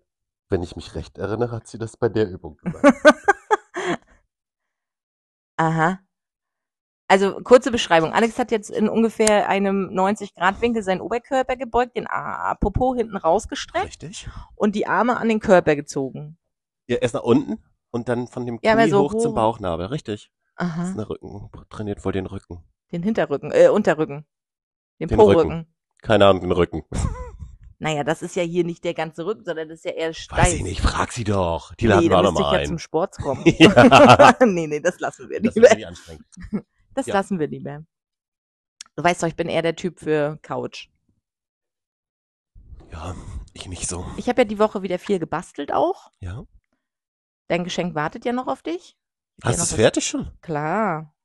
Speaker 2: wenn ich mich recht erinnere, hat sie das bei der Übung gemacht.
Speaker 1: Aha. Also kurze Beschreibung. Alex hat jetzt in ungefähr einem 90-Grad-Winkel seinen Oberkörper gebeugt, den A- Popo hinten rausgestreckt
Speaker 2: Richtig.
Speaker 1: und die Arme an den Körper gezogen.
Speaker 2: Ja, erst nach unten und dann von dem Knie
Speaker 1: Ja, aber so
Speaker 2: hoch zum
Speaker 1: hoch.
Speaker 2: Bauchnabel. Richtig. Das ist
Speaker 1: Aha.
Speaker 2: eine Rücken. Trainiert wohl den Rücken.
Speaker 1: Den Hinterrücken, äh, Unterrücken. Den,
Speaker 2: Den
Speaker 1: Po-Rücken.
Speaker 2: Keine Ahnung, den Rücken.
Speaker 1: Naja, das ist ja hier nicht der ganze Rücken, sondern das ist ja eher steif.
Speaker 2: Weiß ich nicht, frag sie doch. Die
Speaker 1: nee,
Speaker 2: laden wir
Speaker 1: da
Speaker 2: auch
Speaker 1: müsste ich
Speaker 2: nochmal
Speaker 1: ja zum
Speaker 2: ein.
Speaker 1: Sport kommen.
Speaker 2: ja,
Speaker 1: nee, nee, das lassen wir
Speaker 2: das
Speaker 1: lieber.
Speaker 2: ist nicht anstrengend.
Speaker 1: Das
Speaker 2: ja.
Speaker 1: lassen wir lieber. Du weißt doch, ich bin eher der Typ für Couch.
Speaker 2: Ja, ich nicht so.
Speaker 1: Ich habe ja die Woche wieder viel gebastelt auch.
Speaker 2: Ja.
Speaker 1: Dein Geschenk wartet ja noch auf dich. Ich hab ja
Speaker 2: Hast du
Speaker 1: noch
Speaker 2: es
Speaker 1: was-
Speaker 2: fertig schon?
Speaker 1: Klar.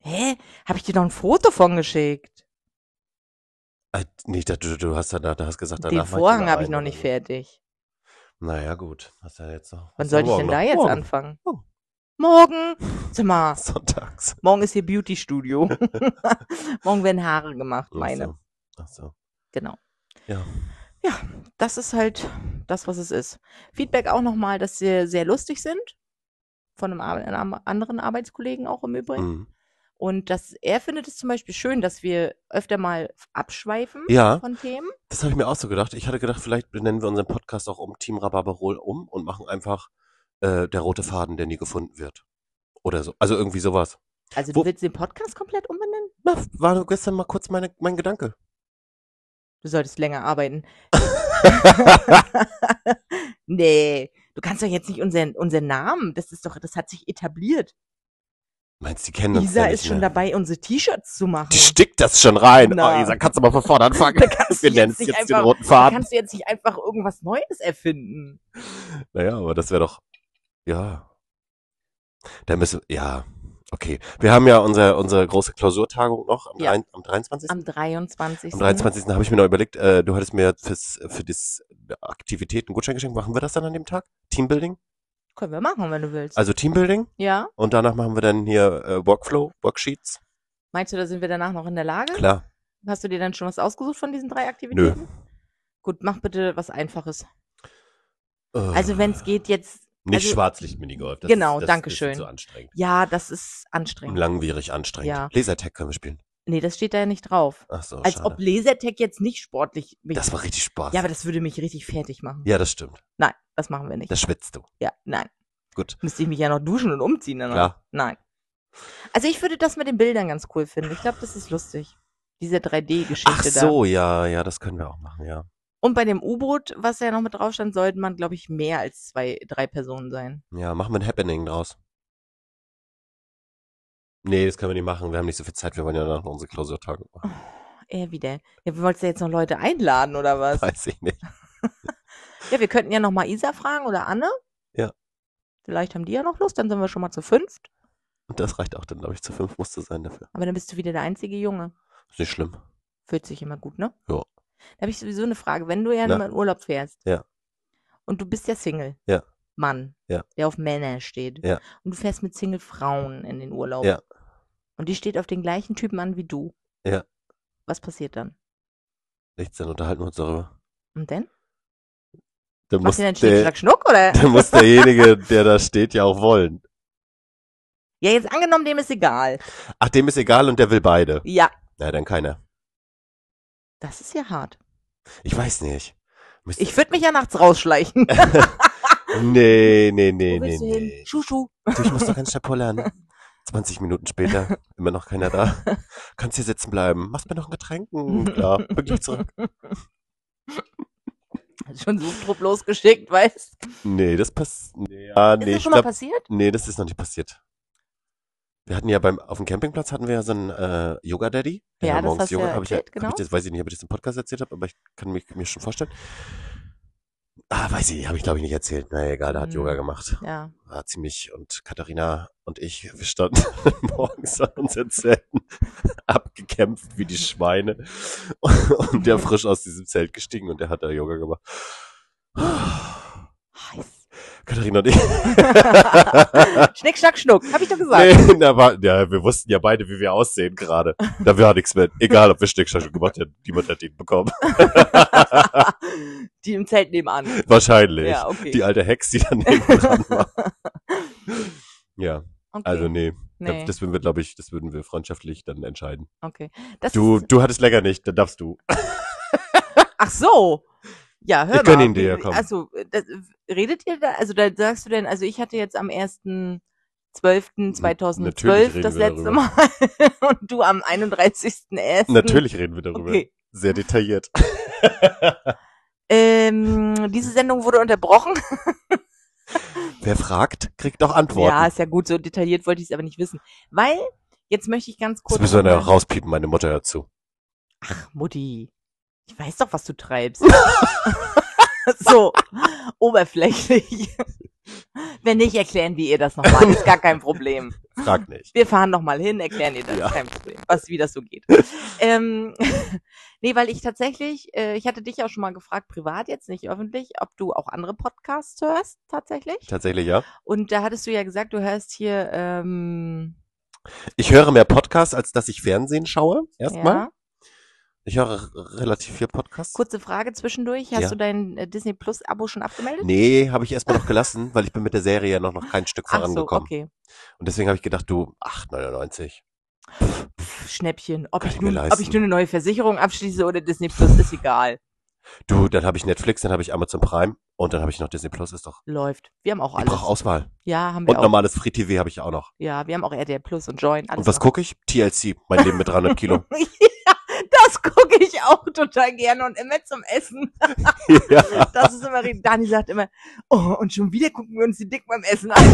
Speaker 1: Hä? Habe ich dir doch ein Foto von geschickt?
Speaker 2: Äh, nee, da, du, du hast ja da, da hast gesagt, danach
Speaker 1: Den
Speaker 2: mach dir also.
Speaker 1: Vorhang habe ich
Speaker 2: einen
Speaker 1: noch
Speaker 2: oder
Speaker 1: nicht
Speaker 2: so.
Speaker 1: fertig.
Speaker 2: Naja, gut. Hast ja jetzt noch.
Speaker 1: Wann
Speaker 2: hast ja
Speaker 1: sollte ich
Speaker 2: morgen
Speaker 1: denn
Speaker 2: noch.
Speaker 1: da jetzt
Speaker 2: morgen. Oh.
Speaker 1: anfangen?
Speaker 2: Morgen.
Speaker 1: Morgen. Sag mal,
Speaker 2: Sonntags.
Speaker 1: morgen ist hier Beauty Studio. morgen werden Haare gemacht,
Speaker 2: Ach
Speaker 1: meine.
Speaker 2: so. Ach so.
Speaker 1: Genau.
Speaker 2: Ja.
Speaker 1: Ja, das ist halt das, was es ist. Feedback auch nochmal, dass sie sehr lustig sind. Von einem, Ar- einem anderen Arbeitskollegen auch im Übrigen.
Speaker 2: Mhm.
Speaker 1: Und das, er findet es zum Beispiel schön, dass wir öfter mal abschweifen
Speaker 2: Ja.
Speaker 1: von Themen.
Speaker 2: Das habe ich mir auch so gedacht. Ich hatte gedacht, vielleicht benennen wir unseren Podcast auch um Team Rhabarberol um und machen einfach äh, der rote Faden, der nie gefunden wird. Oder so. Also irgendwie sowas.
Speaker 1: Also
Speaker 2: Wo-
Speaker 1: du willst den Podcast komplett umbenennen?
Speaker 2: Na, war gestern mal kurz meine, mein Gedanke.
Speaker 1: Du solltest länger arbeiten. nee, du kannst doch jetzt nicht unseren, unseren Namen, das ist doch, das hat sich etabliert.
Speaker 2: Meinst du, die kennen uns
Speaker 1: Isa
Speaker 2: ja nicht
Speaker 1: ist schon
Speaker 2: mehr.
Speaker 1: dabei, unsere T-Shirts zu machen.
Speaker 2: Die stickt das schon rein.
Speaker 1: Na.
Speaker 2: Oh, Isa, kannst du mal von vorne anfangen?
Speaker 1: Da kannst
Speaker 2: wir
Speaker 1: du
Speaker 2: nennen
Speaker 1: jetzt
Speaker 2: es
Speaker 1: nicht
Speaker 2: jetzt den
Speaker 1: einfach-
Speaker 2: roten
Speaker 1: Da
Speaker 2: Faden.
Speaker 1: kannst du jetzt nicht einfach irgendwas Neues erfinden.
Speaker 2: Naja, aber das wäre doch. Ja. Da müssen. Ja. Okay. Wir haben ja unsere, unsere große Klausurtagung noch am,
Speaker 1: Ja.
Speaker 2: drein- am 23.
Speaker 1: Am 23.
Speaker 2: Am 23. habe ich mir noch überlegt, äh, du hattest mir fürs, für das Aktivität einen Gutschein geschenkt. Machen wir das dann an dem Tag? Teambuilding?
Speaker 1: Können wir machen, wenn du willst.
Speaker 2: Also Teambuilding
Speaker 1: ja?
Speaker 2: und danach machen wir dann hier äh, Workflow, Worksheets.
Speaker 1: Meinst du, da sind wir danach noch in der Lage?
Speaker 2: Klar.
Speaker 1: Hast du dir dann schon was ausgesucht von diesen drei
Speaker 2: Nö.
Speaker 1: Aktivitäten? Gut, mach bitte was Einfaches.
Speaker 2: Äh,
Speaker 1: Also wenn es geht jetzt,
Speaker 2: Nicht
Speaker 1: also-
Speaker 2: Schwarzlicht-Minigolf. Das
Speaker 1: Genau,
Speaker 2: ist- das
Speaker 1: danke
Speaker 2: ist
Speaker 1: schön.
Speaker 2: zu anstrengend.
Speaker 1: ja, das ist anstrengend.
Speaker 2: Langwierig anstrengend.
Speaker 1: Ja.
Speaker 2: Lasertag können wir spielen.
Speaker 1: Nee, das steht da ja nicht drauf.
Speaker 2: Ach so,
Speaker 1: Als
Speaker 2: schade.
Speaker 1: ob Lasertag jetzt nicht sportlich mich
Speaker 2: das war richtig Spaß.
Speaker 1: Ja, aber das würde mich richtig fertig machen.
Speaker 2: ja, das stimmt.
Speaker 1: Nein, das machen wir nicht.
Speaker 2: Das schwitzt du.
Speaker 1: ja, nein.
Speaker 2: Gut.
Speaker 1: Müsste ich mich ja noch duschen und umziehen danach.
Speaker 2: Klar.
Speaker 1: Nein. Also ich würde das mit den Bildern ganz cool finden. Ich glaube, das ist lustig. Diese 3D-Geschichte
Speaker 2: Ach so, ja, ja, das können wir auch machen, ja.
Speaker 1: da. Und bei dem U-Boot, was ja noch mit drauf stand, sollten man, glaube ich, mehr als zwei, drei Personen sein.
Speaker 2: Ja, machen wir ein Happening draus. Nee, das können wir nicht machen. Wir haben nicht so viel Zeit. Wir wollen ja noch unsere Klausurtage machen.
Speaker 1: Eher wieder. Ja, wolltest du jetzt noch Leute einladen oder was?
Speaker 2: Weiß ich nicht.
Speaker 1: Ja, wir könnten ja noch mal Isa fragen oder Anne.
Speaker 2: Ja.
Speaker 1: Vielleicht haben die ja noch Lust, dann sind wir schon mal zu fünft.
Speaker 2: Und das reicht auch dann, glaube ich, zu fünf musste sein dafür.
Speaker 1: Aber dann bist du wieder der einzige Junge.
Speaker 2: Ist nicht schlimm.
Speaker 1: Fühlt sich immer gut, ne?
Speaker 2: Ja.
Speaker 1: Da habe ich sowieso eine Frage. Wenn du ja
Speaker 2: Na?
Speaker 1: mal in Urlaub fährst
Speaker 2: Ja.
Speaker 1: und du bist ja Single,
Speaker 2: Ja.
Speaker 1: Mann,
Speaker 2: Ja.
Speaker 1: der auf Männer steht
Speaker 2: Ja.
Speaker 1: und du fährst mit Single-Frauen in den Urlaub
Speaker 2: Ja.
Speaker 1: und die steht auf den gleichen Typen an wie du.
Speaker 2: Ja.
Speaker 1: Was passiert dann?
Speaker 2: Nichts, dann unterhalten wir uns darüber.
Speaker 1: Und dann?
Speaker 2: Dann muss,
Speaker 1: Macht ihr dann Schnick,
Speaker 2: der,
Speaker 1: Schnack, Schnuck oder?
Speaker 2: dann muss derjenige, der da steht, ja auch wollen.
Speaker 1: Ja, jetzt angenommen, dem ist egal.
Speaker 2: Ach, dem ist egal und der will beide.
Speaker 1: Ja,
Speaker 2: Na, dann keiner.
Speaker 1: das ist ja hart.
Speaker 2: Ich weiß nicht. Müsste-
Speaker 1: Ich würde mich ja nachts rausschleichen.
Speaker 2: nee, nee, nee,
Speaker 1: Wo
Speaker 2: nee,
Speaker 1: willst du
Speaker 2: nee.
Speaker 1: hin? Schuhschuh.
Speaker 2: Du, ich muss doch ganz schnell pullern. 20 Minuten später, immer noch keiner da. Kannst hier sitzen bleiben. Machst mir noch ein Getränk? Mm, Klar, bin gleich zurück.
Speaker 1: Schon Suchtrupp losgeschickt, weißt du?
Speaker 2: Nee, das passt. Nee, ja,
Speaker 1: Ist
Speaker 2: nee,
Speaker 1: das
Speaker 2: ich
Speaker 1: schon mal
Speaker 2: glaub,
Speaker 1: passiert?
Speaker 2: nee, das ist noch nicht passiert. Wir hatten ja beim, auf dem Campingplatz hatten wir ja so einen äh, Yoga Daddy. Der
Speaker 1: Ja,
Speaker 2: hat
Speaker 1: das hast du ja
Speaker 2: hab ich
Speaker 1: erzählt,
Speaker 2: Hab
Speaker 1: genau.
Speaker 2: ich das, weiß ich nicht, ob ich das im Podcast erzählt habe, aber ich kann mich, mir schon vorstellen. Ah, weiß ich, habe ich glaube ich nicht erzählt. Na egal, der hat
Speaker 1: Hm.
Speaker 2: Yoga gemacht.
Speaker 1: Ja.
Speaker 2: war ziemlich und Katharina und ich, wir standen morgens an unseren Zelten abgekämpft wie die Schweine und der frisch aus diesem Zelt gestiegen und der hat da Yoga gemacht.
Speaker 1: Heiß.
Speaker 2: Katharina und ich.
Speaker 1: Schnick, Schnack, Schnuck. Hab ich doch gesagt.
Speaker 2: Nee, da war, ja, wir wussten ja beide, wie wir aussehen gerade. Da war nichts mehr. Egal, ob wir Stickschasche gemacht hätten, niemand hätte ihn bekommen.
Speaker 1: die im Zelt nebenan.
Speaker 2: Wahrscheinlich.
Speaker 1: Ja, okay.
Speaker 2: Die alte Hex, die daneben dran war. Ja,
Speaker 1: okay.
Speaker 2: also nee.
Speaker 1: nee.
Speaker 2: Das würden wir, glaube ich, das würden wir freundschaftlich dann entscheiden.
Speaker 1: okay. Das
Speaker 2: Du,
Speaker 1: ist,
Speaker 2: du hattest länger nicht, dann darfst du.
Speaker 1: ach so. Ja, hör
Speaker 2: Ich
Speaker 1: mal.
Speaker 2: gönn ihn dir, ja, komm.
Speaker 1: Also, das, redet ihr da, also da sagst du denn, also ich hatte jetzt am 1.12.2012
Speaker 2: reden
Speaker 1: das
Speaker 2: wir
Speaker 1: letzte
Speaker 2: darüber.
Speaker 1: Mal und du am 31.1.
Speaker 2: Natürlich reden wir darüber.
Speaker 1: Hm. Okay.
Speaker 2: Sehr detailliert.
Speaker 1: Ähm, diese Sendung wurde unterbrochen.
Speaker 2: Wer fragt, kriegt auch Antworten.
Speaker 1: Ja, ist ja gut, so detailliert wollte ich es aber nicht wissen. Weil, jetzt möchte ich ganz kurz.
Speaker 2: das müssen wir dann
Speaker 1: noch
Speaker 2: auch
Speaker 1: mal-
Speaker 2: rauspiepen, meine Mutter dazu.
Speaker 1: Mutti, ich weiß doch, was du treibst. so, oberflächlich. Wenn nicht, erklären wir ihr das nochmal. Ist gar kein Problem.
Speaker 2: Frag nicht.
Speaker 1: Wir fahren nochmal hin, erklären ihr das.
Speaker 2: Ja.
Speaker 1: Kein Problem. Was, wie das so geht. ähm, nee, weil ich tatsächlich, äh, ich hatte dich auch schon mal gefragt, privat jetzt, nicht öffentlich, ob du auch andere Podcasts hörst, tatsächlich.
Speaker 2: Tatsächlich, ja.
Speaker 1: Und da hattest du ja gesagt, du hörst hier, ähm,
Speaker 2: Ich höre mehr Podcasts, als dass ich Fernsehen schaue. Erstmal.
Speaker 1: ja,
Speaker 2: Ich höre r- relativ viel Podcasts.
Speaker 1: kurze Frage zwischendurch. Hast
Speaker 2: Ja.
Speaker 1: du dein äh, Disney Plus Abo schon abgemeldet?
Speaker 2: Nee, habe ich erstmal noch gelassen, weil ich bin mit der Serie ja noch, noch kein Stück
Speaker 1: Ach so,
Speaker 2: vorangekommen.
Speaker 1: okay.
Speaker 2: Und deswegen habe ich gedacht, du, 8,99.
Speaker 1: Schnäppchen. Ob
Speaker 2: Kann
Speaker 1: ich,
Speaker 2: ich mir
Speaker 1: nun, ob
Speaker 2: leisten.
Speaker 1: ich nun eine neue Versicherung abschließe oder Disney Plus, ist egal.
Speaker 2: Du, dann habe ich Netflix, dann habe ich Amazon Prime und dann habe ich noch Disney Plus, ist doch.
Speaker 1: Läuft. Wir haben auch
Speaker 2: Ich
Speaker 1: alles.
Speaker 2: brauche Auswahl.
Speaker 1: Ja, haben wir
Speaker 2: Und
Speaker 1: auch.
Speaker 2: normales Free TV habe ich auch noch.
Speaker 1: Ja, wir haben auch RTL Plus und Join. Alles
Speaker 2: Und was
Speaker 1: noch.
Speaker 2: gucke ich? TLC, mein Leben mit 300 Kilo.
Speaker 1: das gucke ich auch total gerne und immer zum Essen.
Speaker 2: ja.
Speaker 1: Das ist immer, richtig. Dani sagt immer, oh, und schon wieder gucken wir uns die Dick beim Essen an.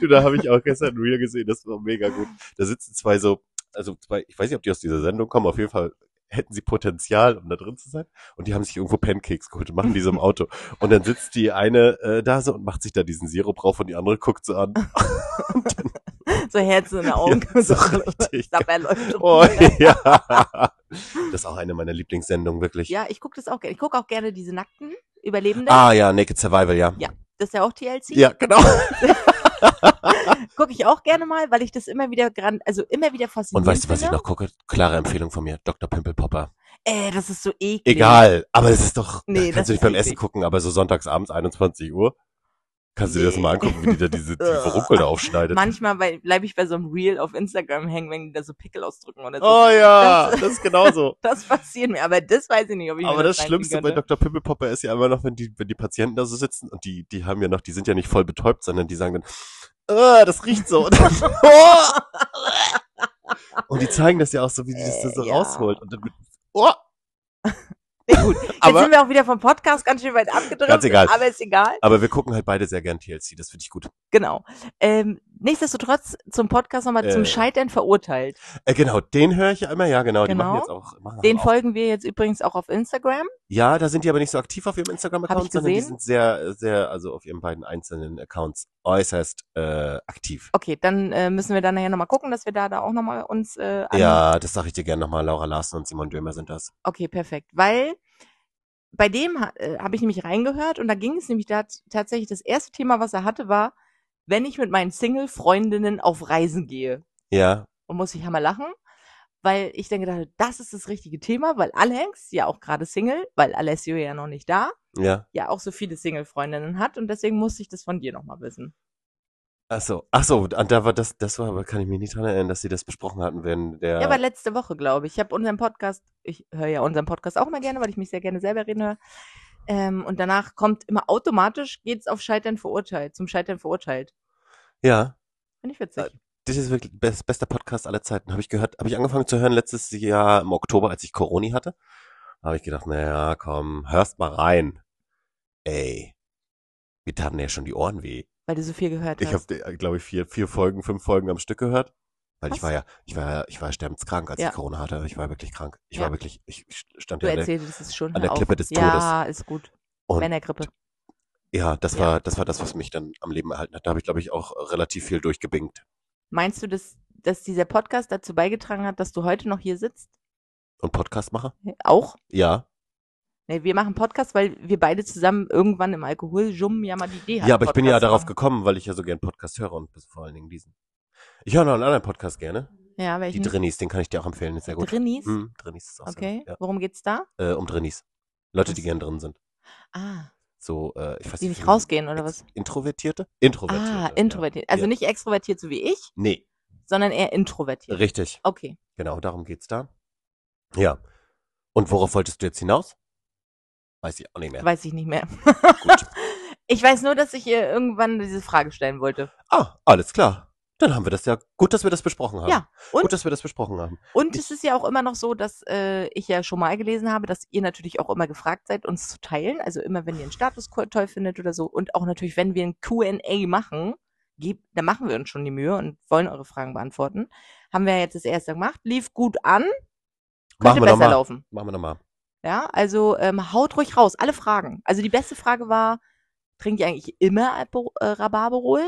Speaker 2: du, da habe ich auch gestern ein Reel gesehen, das war mega gut. Da sitzen zwei so, also zwei, ich weiß nicht, ob die aus dieser Sendung kommen, auf jeden Fall hätten sie Potenzial, um da drin zu sein. Und die haben sich irgendwo Pancakes geholt und machen diese im Auto. Und dann sitzt die eine äh, da so und macht sich da diesen Sirup rauf und die andere guckt so an.
Speaker 1: so Herz in den Augen.
Speaker 2: Ja, so richtig.
Speaker 1: Dabei läuft
Speaker 2: Oh, ja. Das ist auch eine meiner Lieblingssendungen, wirklich.
Speaker 1: Ja, ich gucke das auch gerne. Ich gucke auch gerne diese nackten Überlebenden.
Speaker 2: Ah ja, Naked Survival, ja.
Speaker 1: Ja. Das ist ja auch TLC.
Speaker 2: Ja, genau.
Speaker 1: Gucke ich auch gerne mal, weil ich das immer wieder grand, also immer wieder faszinierend
Speaker 2: Und weißt du, genau? was ich
Speaker 1: finde.
Speaker 2: noch gucke? Klare Empfehlung von mir, Dr. Pimple Popper.
Speaker 1: Äh, das ist so eklig.
Speaker 2: Egal, aber es ist doch,
Speaker 1: Nee, das ist
Speaker 2: kannst du
Speaker 1: halt
Speaker 2: nicht beim
Speaker 1: eklig.
Speaker 2: Essen gucken, aber so sonntagsabends 21 Uhr, kannst du dir das
Speaker 1: Nee.
Speaker 2: mal angucken, wie die da diese tiefe Runkel da aufschneidet.
Speaker 1: Manchmal bleibe ich bei so einem Reel auf Instagram hängen, wenn die da so Pickel ausdrücken oder so.
Speaker 2: oh ja,
Speaker 1: Das-
Speaker 2: das, ist genauso.
Speaker 1: Das passiert mir, aber das weiß ich nicht, ob ich mir
Speaker 2: Aber das
Speaker 1: reinziehen
Speaker 2: Schlimmste bei
Speaker 1: könnte.
Speaker 2: Dr. Pimple Popper ist ja immer noch, wenn die, wenn die Patienten da so sitzen und die, die haben ja noch, die sind ja nicht voll betäubt, sondern die sagen dann, ah, das riecht so. Und, dann, oh. und die zeigen das ja auch so, wie die das da so
Speaker 1: Äh, ja.
Speaker 2: rausholt. Und dann, mit- oh,
Speaker 1: Nee, gut. Jetzt
Speaker 2: aber-
Speaker 1: sind wir auch wieder vom Podcast ganz schön weit abgedrückt.
Speaker 2: Ganz egal.
Speaker 1: Aber ist egal.
Speaker 2: aber wir gucken halt beide sehr gern TLC, das finde ich gut.
Speaker 1: Genau. Ähm, nichtsdestotrotz zum Podcast nochmal zum
Speaker 2: Äh.
Speaker 1: Scheitern verurteilt.
Speaker 2: Äh, genau, den höre ich ja immer, ja genau, die
Speaker 1: Genau.
Speaker 2: machen jetzt auch. Machen
Speaker 1: Den
Speaker 2: auch.
Speaker 1: folgen wir jetzt übrigens auch auf Instagram.
Speaker 2: Ja, da sind die aber nicht so aktiv auf ihrem Instagram-Account,
Speaker 1: ich
Speaker 2: sondern die
Speaker 1: gesehen.
Speaker 2: sind sehr, sehr, also auf ihren beiden einzelnen Accounts äußerst äh, aktiv.
Speaker 1: Okay, dann äh, müssen wir dann nachher nochmal gucken, dass wir da, da auch nochmal uns äh, an-
Speaker 2: Ja, das sage ich dir gerne nochmal. Laura Larsen und Simon Dömer sind das.
Speaker 1: Okay, perfekt. Weil bei dem ha- äh, habe ich nämlich reingehört und da ging es nämlich da tatsächlich, das erste Thema, was er hatte, war, wenn ich mit meinen Single-Freundinnen auf Reisen gehe.
Speaker 2: Ja,
Speaker 1: und muss ich hammer lachen, weil ich dann gedacht habe, das ist das richtige Thema, weil Alex ja auch gerade Single, weil Alessio ja noch nicht da,
Speaker 2: ja.
Speaker 1: ja auch so viele Single-Freundinnen hat und deswegen musste ich das von dir nochmal wissen.
Speaker 2: Ach so, ach so, und da war das, das war, aber kann ich mich nicht dran erinnern, dass sie das besprochen hatten, wenn der.
Speaker 1: Ja, aber letzte Woche, glaube ich. Ich habe unseren Podcast, ich höre ja unseren Podcast auch mal gerne, weil ich mich sehr gerne selber reden höre. Ähm, und danach kommt immer automatisch, geht's auf Scheitern verurteilt, zum Scheitern verurteilt.
Speaker 2: ja,
Speaker 1: Finde ich witzig.
Speaker 2: das ist wirklich best, bester Podcast aller Zeiten. Habe ich gehört, habe ich angefangen zu hören letztes Jahr im Oktober, als ich Corona hatte. Habe ich gedacht, naja, komm, hörst mal rein. Ey, mir taten ja schon die Ohren weh.
Speaker 1: Weil du so viel gehört
Speaker 2: Ich
Speaker 1: hast.
Speaker 2: habe, glaube ich, vier, vier Folgen, fünf Folgen am Stück gehört. Weil ich
Speaker 1: Was?
Speaker 2: war ja, ich war ja, ich war sterbenskrank, als
Speaker 1: Ja.
Speaker 2: ich Corona hatte. Ich war wirklich krank. Ich
Speaker 1: Ja.
Speaker 2: war wirklich, ich ich stand
Speaker 1: Du
Speaker 2: ja an der,
Speaker 1: erzähltest es schon.
Speaker 2: an
Speaker 1: hör
Speaker 2: der
Speaker 1: auf.
Speaker 2: Klippe des Todes.
Speaker 1: Ja, ist gut.
Speaker 2: Und-
Speaker 1: Männergrippe.
Speaker 2: Ja, das
Speaker 1: Ja.
Speaker 2: war, das war das, was mich dann am Leben erhalten hat. Da habe ich, glaube ich, auch relativ viel durchgebingt
Speaker 1: Meinst du, dass, dass dieser Podcast dazu beigetragen hat, dass du heute noch hier sitzt?
Speaker 2: und Podcast mache.
Speaker 1: Auch?
Speaker 2: Ja.
Speaker 1: Nee, wir machen Podcast, weil wir beide zusammen irgendwann im Alkohol-Jummen ja mal die Idee hatten.
Speaker 2: Ja, aber ich bin ja
Speaker 1: Podcast
Speaker 2: darauf
Speaker 1: zu
Speaker 2: gekommen, weil ich ja so gern Podcast höre und bis- vor allen Dingen diesen. Ich höre noch einen anderen Podcast gerne.
Speaker 1: machen. Ja,
Speaker 2: Die
Speaker 1: welchen?
Speaker 2: Drinnies, den kann ich dir auch empfehlen, ist sehr gut.
Speaker 1: Drinnies?
Speaker 2: Hm, Drinnies ist auch
Speaker 1: Okay,
Speaker 2: sehr gut.
Speaker 1: worum geht's da?
Speaker 2: Ja. Äh, um Drinnies. Leute, die
Speaker 1: Was?
Speaker 2: gern drin sind.
Speaker 1: Ah,
Speaker 2: So, äh, ich weiß
Speaker 1: die
Speaker 2: nicht.
Speaker 1: nicht rausgehen oder was?
Speaker 2: Introvertierte? Introvertierte.
Speaker 1: Ah,
Speaker 2: ja.
Speaker 1: introvertiert. Also
Speaker 2: Ja.
Speaker 1: nicht extrovertiert, so wie ich,
Speaker 2: Nee,
Speaker 1: sondern eher introvertiert.
Speaker 2: richtig.
Speaker 1: Okay.
Speaker 2: Genau, darum geht's da. Ja. Und worauf wolltest du jetzt hinaus? Weiß ich auch nicht mehr.
Speaker 1: Weiß ich nicht mehr.
Speaker 2: Gut.
Speaker 1: Ich weiß nur, dass ich ihr irgendwann diese Frage stellen wollte.
Speaker 2: Ah, alles klar. Dann haben wir das ja. Gut, dass wir das besprochen haben.
Speaker 1: Ja, und?
Speaker 2: Gut, dass wir das besprochen haben.
Speaker 1: Und
Speaker 2: Ich-
Speaker 1: es ist ja auch immer noch so, dass äh, ich ja schon mal gelesen habe, dass ihr natürlich auch immer gefragt seid, uns zu teilen. Also immer, wenn ihr einen Status co- toll findet oder so. Und auch natürlich, wenn wir ein QA machen, gebt, da machen wir uns schon die Mühe und wollen eure Fragen beantworten. Haben wir jetzt das erste gemacht. Lief gut an, könnte
Speaker 2: Machen wir
Speaker 1: besser
Speaker 2: nochmal.
Speaker 1: laufen.
Speaker 2: Machen wir nochmal.
Speaker 1: Ja, also ähm, haut ruhig raus, alle Fragen. Also die beste Frage war, trinkt ihr eigentlich immer Alpo- äh, Rhabarberol?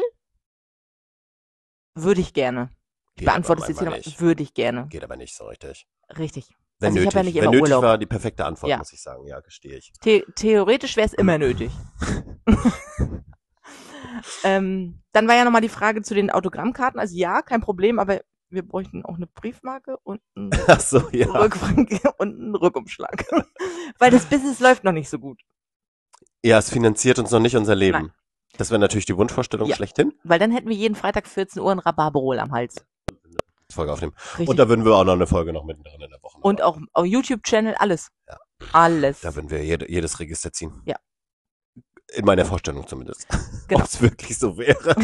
Speaker 1: Würde ich gerne. Ich
Speaker 2: Geht
Speaker 1: beantworte es
Speaker 2: aber
Speaker 1: jetzt hier
Speaker 2: manchmal
Speaker 1: nochmal. Würde ich gerne.
Speaker 2: nicht. Geht aber nicht so richtig.
Speaker 1: Richtig.
Speaker 2: Wenn
Speaker 1: Also ich
Speaker 2: nötig,
Speaker 1: hab ja nicht
Speaker 2: Wenn
Speaker 1: immer
Speaker 2: nötig
Speaker 1: Urlaub.
Speaker 2: war die perfekte Antwort,
Speaker 1: Ja.
Speaker 2: muss ich sagen. Ja, gestehe ich.
Speaker 1: The theoretisch wäre es immer nötig. ähm, dann war ja nochmal die Frage zu den Autogrammkarten. Also ja, kein Problem, aber wir bräuchten auch eine Briefmarke und einen,
Speaker 2: Ach so, ja.
Speaker 1: Rückfrank- und einen Rückumschlag. Weil das Business läuft noch nicht so gut.
Speaker 2: Ja, es finanziert uns noch nicht unser Leben.
Speaker 1: Nein.
Speaker 2: Das wäre natürlich die Wunschvorstellung
Speaker 1: Ja.
Speaker 2: schlechthin.
Speaker 1: Weil dann hätten wir jeden Freitag 14 Uhr ein Rhabarberol am Hals.
Speaker 2: Podcast-Folge aufnehmen.
Speaker 1: Richtig.
Speaker 2: Und da würden wir auch noch eine Folge noch mittendrin in der Woche.
Speaker 1: Und
Speaker 2: machen.
Speaker 1: auch, auch YouTube-Channel, alles.
Speaker 2: Ja.
Speaker 1: Alles.
Speaker 2: Da würden wir jede, jedes Register ziehen.
Speaker 1: Ja.
Speaker 2: In meiner Vorstellung zumindest.
Speaker 1: Genau.
Speaker 2: Ob es wirklich so wäre,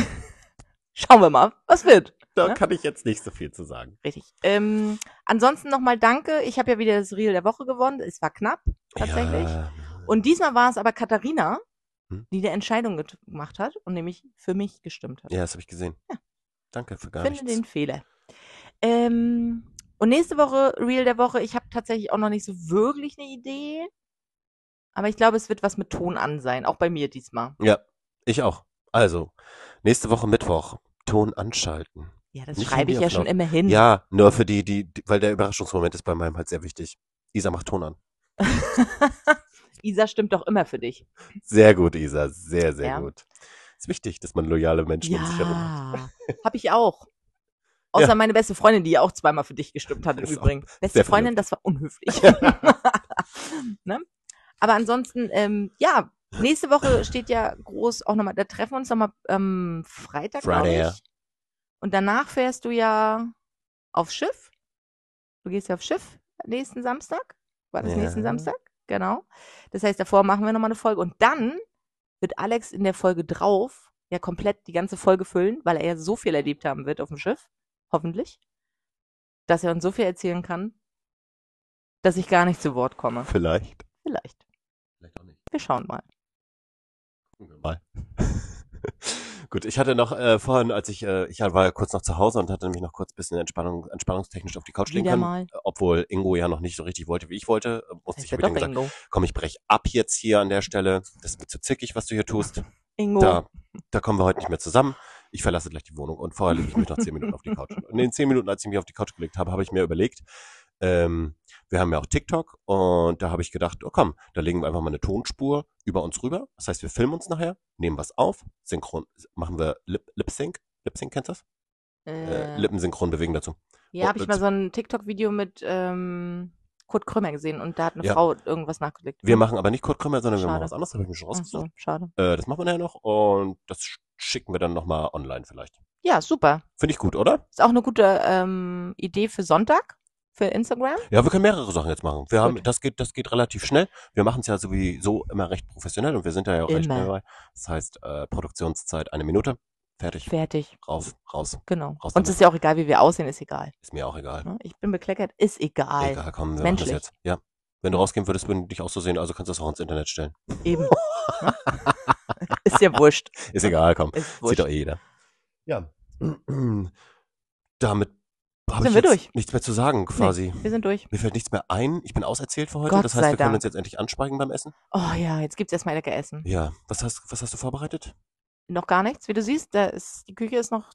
Speaker 1: Schauen wir mal, was wird.
Speaker 2: da
Speaker 1: Ne?
Speaker 2: kann ich jetzt nicht so viel zu sagen.
Speaker 1: Richtig. Ähm, ansonsten nochmal danke. Ich habe ja wieder das Reel der Woche gewonnen. Es war knapp. Tatsächlich?
Speaker 2: Ja.
Speaker 1: Und diesmal war es aber Katharina,
Speaker 2: Hm?
Speaker 1: die die Entscheidung get- gemacht hat und nämlich für mich gestimmt hat.
Speaker 2: Ja, das habe ich gesehen. Danke für gar
Speaker 1: Finde den
Speaker 2: nichts.
Speaker 1: Fehler. Ähm, und nächste Woche, Reel der Woche, ich habe tatsächlich auch noch nicht so wirklich eine Idee. Aber ich glaube, es wird was mit Ton an sein, auch bei mir diesmal.
Speaker 2: Ich auch. Also, nächste Woche Mittwoch. Ton anschalten.
Speaker 1: Ja, das
Speaker 2: Nicht
Speaker 1: schreibe
Speaker 2: in
Speaker 1: ich
Speaker 2: die
Speaker 1: ja schon
Speaker 2: Aufnahme.
Speaker 1: immer hin.
Speaker 2: Ja, nur für die, die, die, weil der Überraschungsmoment ist bei meinem halt sehr wichtig. Isa macht Ton an.
Speaker 1: Isa stimmt doch immer für dich.
Speaker 2: Sehr gut, Isa. Sehr, sehr
Speaker 1: Ja.
Speaker 2: gut. Ist wichtig, dass man loyale Menschen um sich herum hat.
Speaker 1: Ja, habe ich auch. Außer
Speaker 2: Ja.
Speaker 1: meine beste Freundin, die ja auch zweimal für dich gestimmt hat im
Speaker 2: Ist auch
Speaker 1: Übrigen. Beste
Speaker 2: sehr
Speaker 1: Freundin, das war unhöflich. ne? Aber ansonsten, ähm, ja, nächste Woche steht ja groß auch nochmal, da treffen wir uns nochmal ähm, Freitag, glaube
Speaker 2: Friday,
Speaker 1: ich.
Speaker 2: ja.
Speaker 1: Und danach fährst du ja aufs Schiff. Du gehst ja aufs Schiff nächsten Samstag. War das
Speaker 2: Ja.
Speaker 1: nächsten Samstag? Genau. Das heißt, davor machen wir nochmal eine Folge. Und dann wird Alex in der Folge drauf ja komplett die ganze Folge füllen, weil er ja so viel erlebt haben wird auf dem Schiff. Hoffentlich. Dass er uns so viel erzählen kann, dass ich gar nicht zu Wort komme.
Speaker 2: Vielleicht.
Speaker 1: Vielleicht.
Speaker 2: Vielleicht auch nicht.
Speaker 1: Wir schauen mal.
Speaker 2: Gucken wir mal. Gut, ich hatte noch äh, vorhin, als ich, äh, ich war ja kurz noch zu Hause und hatte mich noch kurz ein bisschen Entspannung, entspannungstechnisch auf die Couch legen
Speaker 1: Wieder
Speaker 2: können.
Speaker 1: mal.
Speaker 2: Obwohl Ingo ja noch nicht so richtig wollte, wie ich wollte, äh, musste
Speaker 1: Das
Speaker 2: ich mit
Speaker 1: wird doch
Speaker 2: ihm gesagt,
Speaker 1: Ingo.
Speaker 2: komm, ich brech ab jetzt hier an der Stelle. Das wird zu zickig, was du hier tust.
Speaker 1: Ingo.
Speaker 2: Da, da kommen wir heute nicht mehr zusammen. Ich verlasse gleich die Wohnung und vorher lege ich mich noch zehn Minuten auf die Couch. Und in den zehn Minuten, als ich mich auf die Couch gelegt habe, habe ich mir überlegt, ähm, wir haben ja auch TikTok und da habe ich gedacht, oh komm, da legen wir einfach mal eine Tonspur über uns rüber. Das heißt, wir filmen uns nachher, nehmen was auf, synchron, machen wir Lip, Lip Sync. Lip Sync kennst du das? Äh,
Speaker 1: Äh,
Speaker 2: Lippen synchron bewegen dazu.
Speaker 1: ja, habe ich mal
Speaker 2: Lippen-
Speaker 1: so ein TikTok-Video mit ähm, Kurt Krömer gesehen und da hat eine
Speaker 2: Ja.
Speaker 1: Frau irgendwas nachgelegt.
Speaker 2: Wir machen aber nicht Kurt Krömer, sondern wir
Speaker 1: Mhm. Schade.
Speaker 2: machen was anderes, habe ich mir schon
Speaker 1: Ach
Speaker 2: rausgesucht.
Speaker 1: so, schade.
Speaker 2: Äh, das machen wir nachher noch und das sch- schicken wir dann nochmal online vielleicht.
Speaker 1: Ja, super.
Speaker 2: Finde ich gut, oder?
Speaker 1: Ist auch eine gute ähm, Idee für Sonntag, für Instagram.
Speaker 2: Ja, wir können mehrere Sachen jetzt machen. Wir haben,
Speaker 1: Gut.
Speaker 2: das geht, das geht relativ schnell. Wir machen es ja sowieso immer recht professionell und wir sind da ja auch recht
Speaker 1: Immer.
Speaker 2: schnell bei. Das heißt, äh, Produktionszeit eine Minute. Fertig.
Speaker 1: Fertig,
Speaker 2: Rauf, raus.
Speaker 1: genau.
Speaker 2: Raus
Speaker 1: Uns
Speaker 2: damit.
Speaker 1: ist ja auch egal, wie wir aussehen, ist egal.
Speaker 2: Ist mir auch egal.
Speaker 1: ne? Ich bin bekleckert, ist egal.
Speaker 2: Egal, komm, wir
Speaker 1: Menschlich.
Speaker 2: machen das jetzt. Ja. Wenn du rausgehen würdest, würden die dich auch so sehen, also kannst du das auch ins Internet stellen.
Speaker 1: Eben. ne? ist ja wurscht.
Speaker 2: Ist egal, komm.
Speaker 1: Ist
Speaker 2: Sieht
Speaker 1: wurscht.
Speaker 2: doch eh jeder. Ja. Damit habe
Speaker 1: Sind wir
Speaker 2: ich jetzt
Speaker 1: durch?
Speaker 2: nichts mehr zu sagen, quasi.
Speaker 1: Wir sind durch.
Speaker 2: Mir fällt nichts mehr ein. Ich bin auserzählt für heute.
Speaker 1: Gott
Speaker 2: das heißt,
Speaker 1: sei
Speaker 2: wir
Speaker 1: Dank.
Speaker 2: können uns jetzt endlich anschweigen beim Essen.
Speaker 1: Oh ja, jetzt gibt's erstmal lecker Essen.
Speaker 2: Ja. Was hast, was hast du vorbereitet?
Speaker 1: Noch gar nichts, wie du siehst, da ist, die Küche ist noch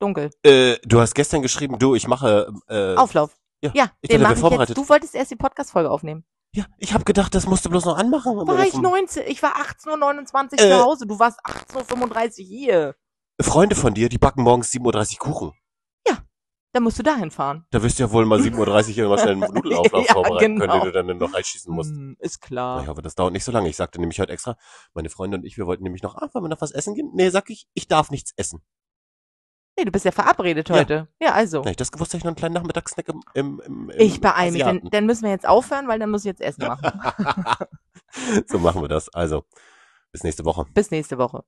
Speaker 1: dunkel.
Speaker 2: Äh, du hast gestern geschrieben, du, ich mache. Äh,
Speaker 1: Auflauf.
Speaker 2: ja,
Speaker 1: ja
Speaker 2: ich dachte,
Speaker 1: den
Speaker 2: wir
Speaker 1: mache ich
Speaker 2: vorbereitet.
Speaker 1: jetzt. Du wolltest erst die Podcast-Folge aufnehmen.
Speaker 2: Ja, ich habe gedacht, das musst du bloß noch anmachen. am
Speaker 1: War ich
Speaker 2: Ofen.
Speaker 1: 19, ich war 18.29 Uhr
Speaker 2: Äh.
Speaker 1: zu Hause, du warst 18.35 Uhr hier.
Speaker 2: Freunde von dir, die backen morgens 7.30 Uhr Kuchen.
Speaker 1: Dann musst du dahin fahren.
Speaker 2: Da wirst du ja wohl mal 7.30 Uhr hier mal schnell einen Nudelauflauf
Speaker 1: Ja,
Speaker 2: vorbereiten
Speaker 1: genau.
Speaker 2: können, den du dann noch einschießen musst.
Speaker 1: Hm, ist
Speaker 2: Na,
Speaker 1: klar.
Speaker 2: Ich hoffe, das dauert nicht so lange. Ich sagte nämlich heute extra, meine Freunde und ich, wir wollten nämlich noch, ah, wollen wir noch was essen gehen? Nee, sag ich, ich darf nichts essen.
Speaker 1: Nee, du bist ja verabredet
Speaker 2: Ja. Äh,
Speaker 1: heute. Ja, also.
Speaker 2: Hätte ich das gewusst, hätte ich noch einen kleinen Nachmittagssnack im, im, im, im
Speaker 1: Ich beeile mich. Dann,
Speaker 2: Asiaten.
Speaker 1: dann müssen wir jetzt aufhören, weil dann muss ich jetzt Essen machen.
Speaker 2: so machen wir das. Also, bis nächste Woche.
Speaker 1: Bis nächste Woche.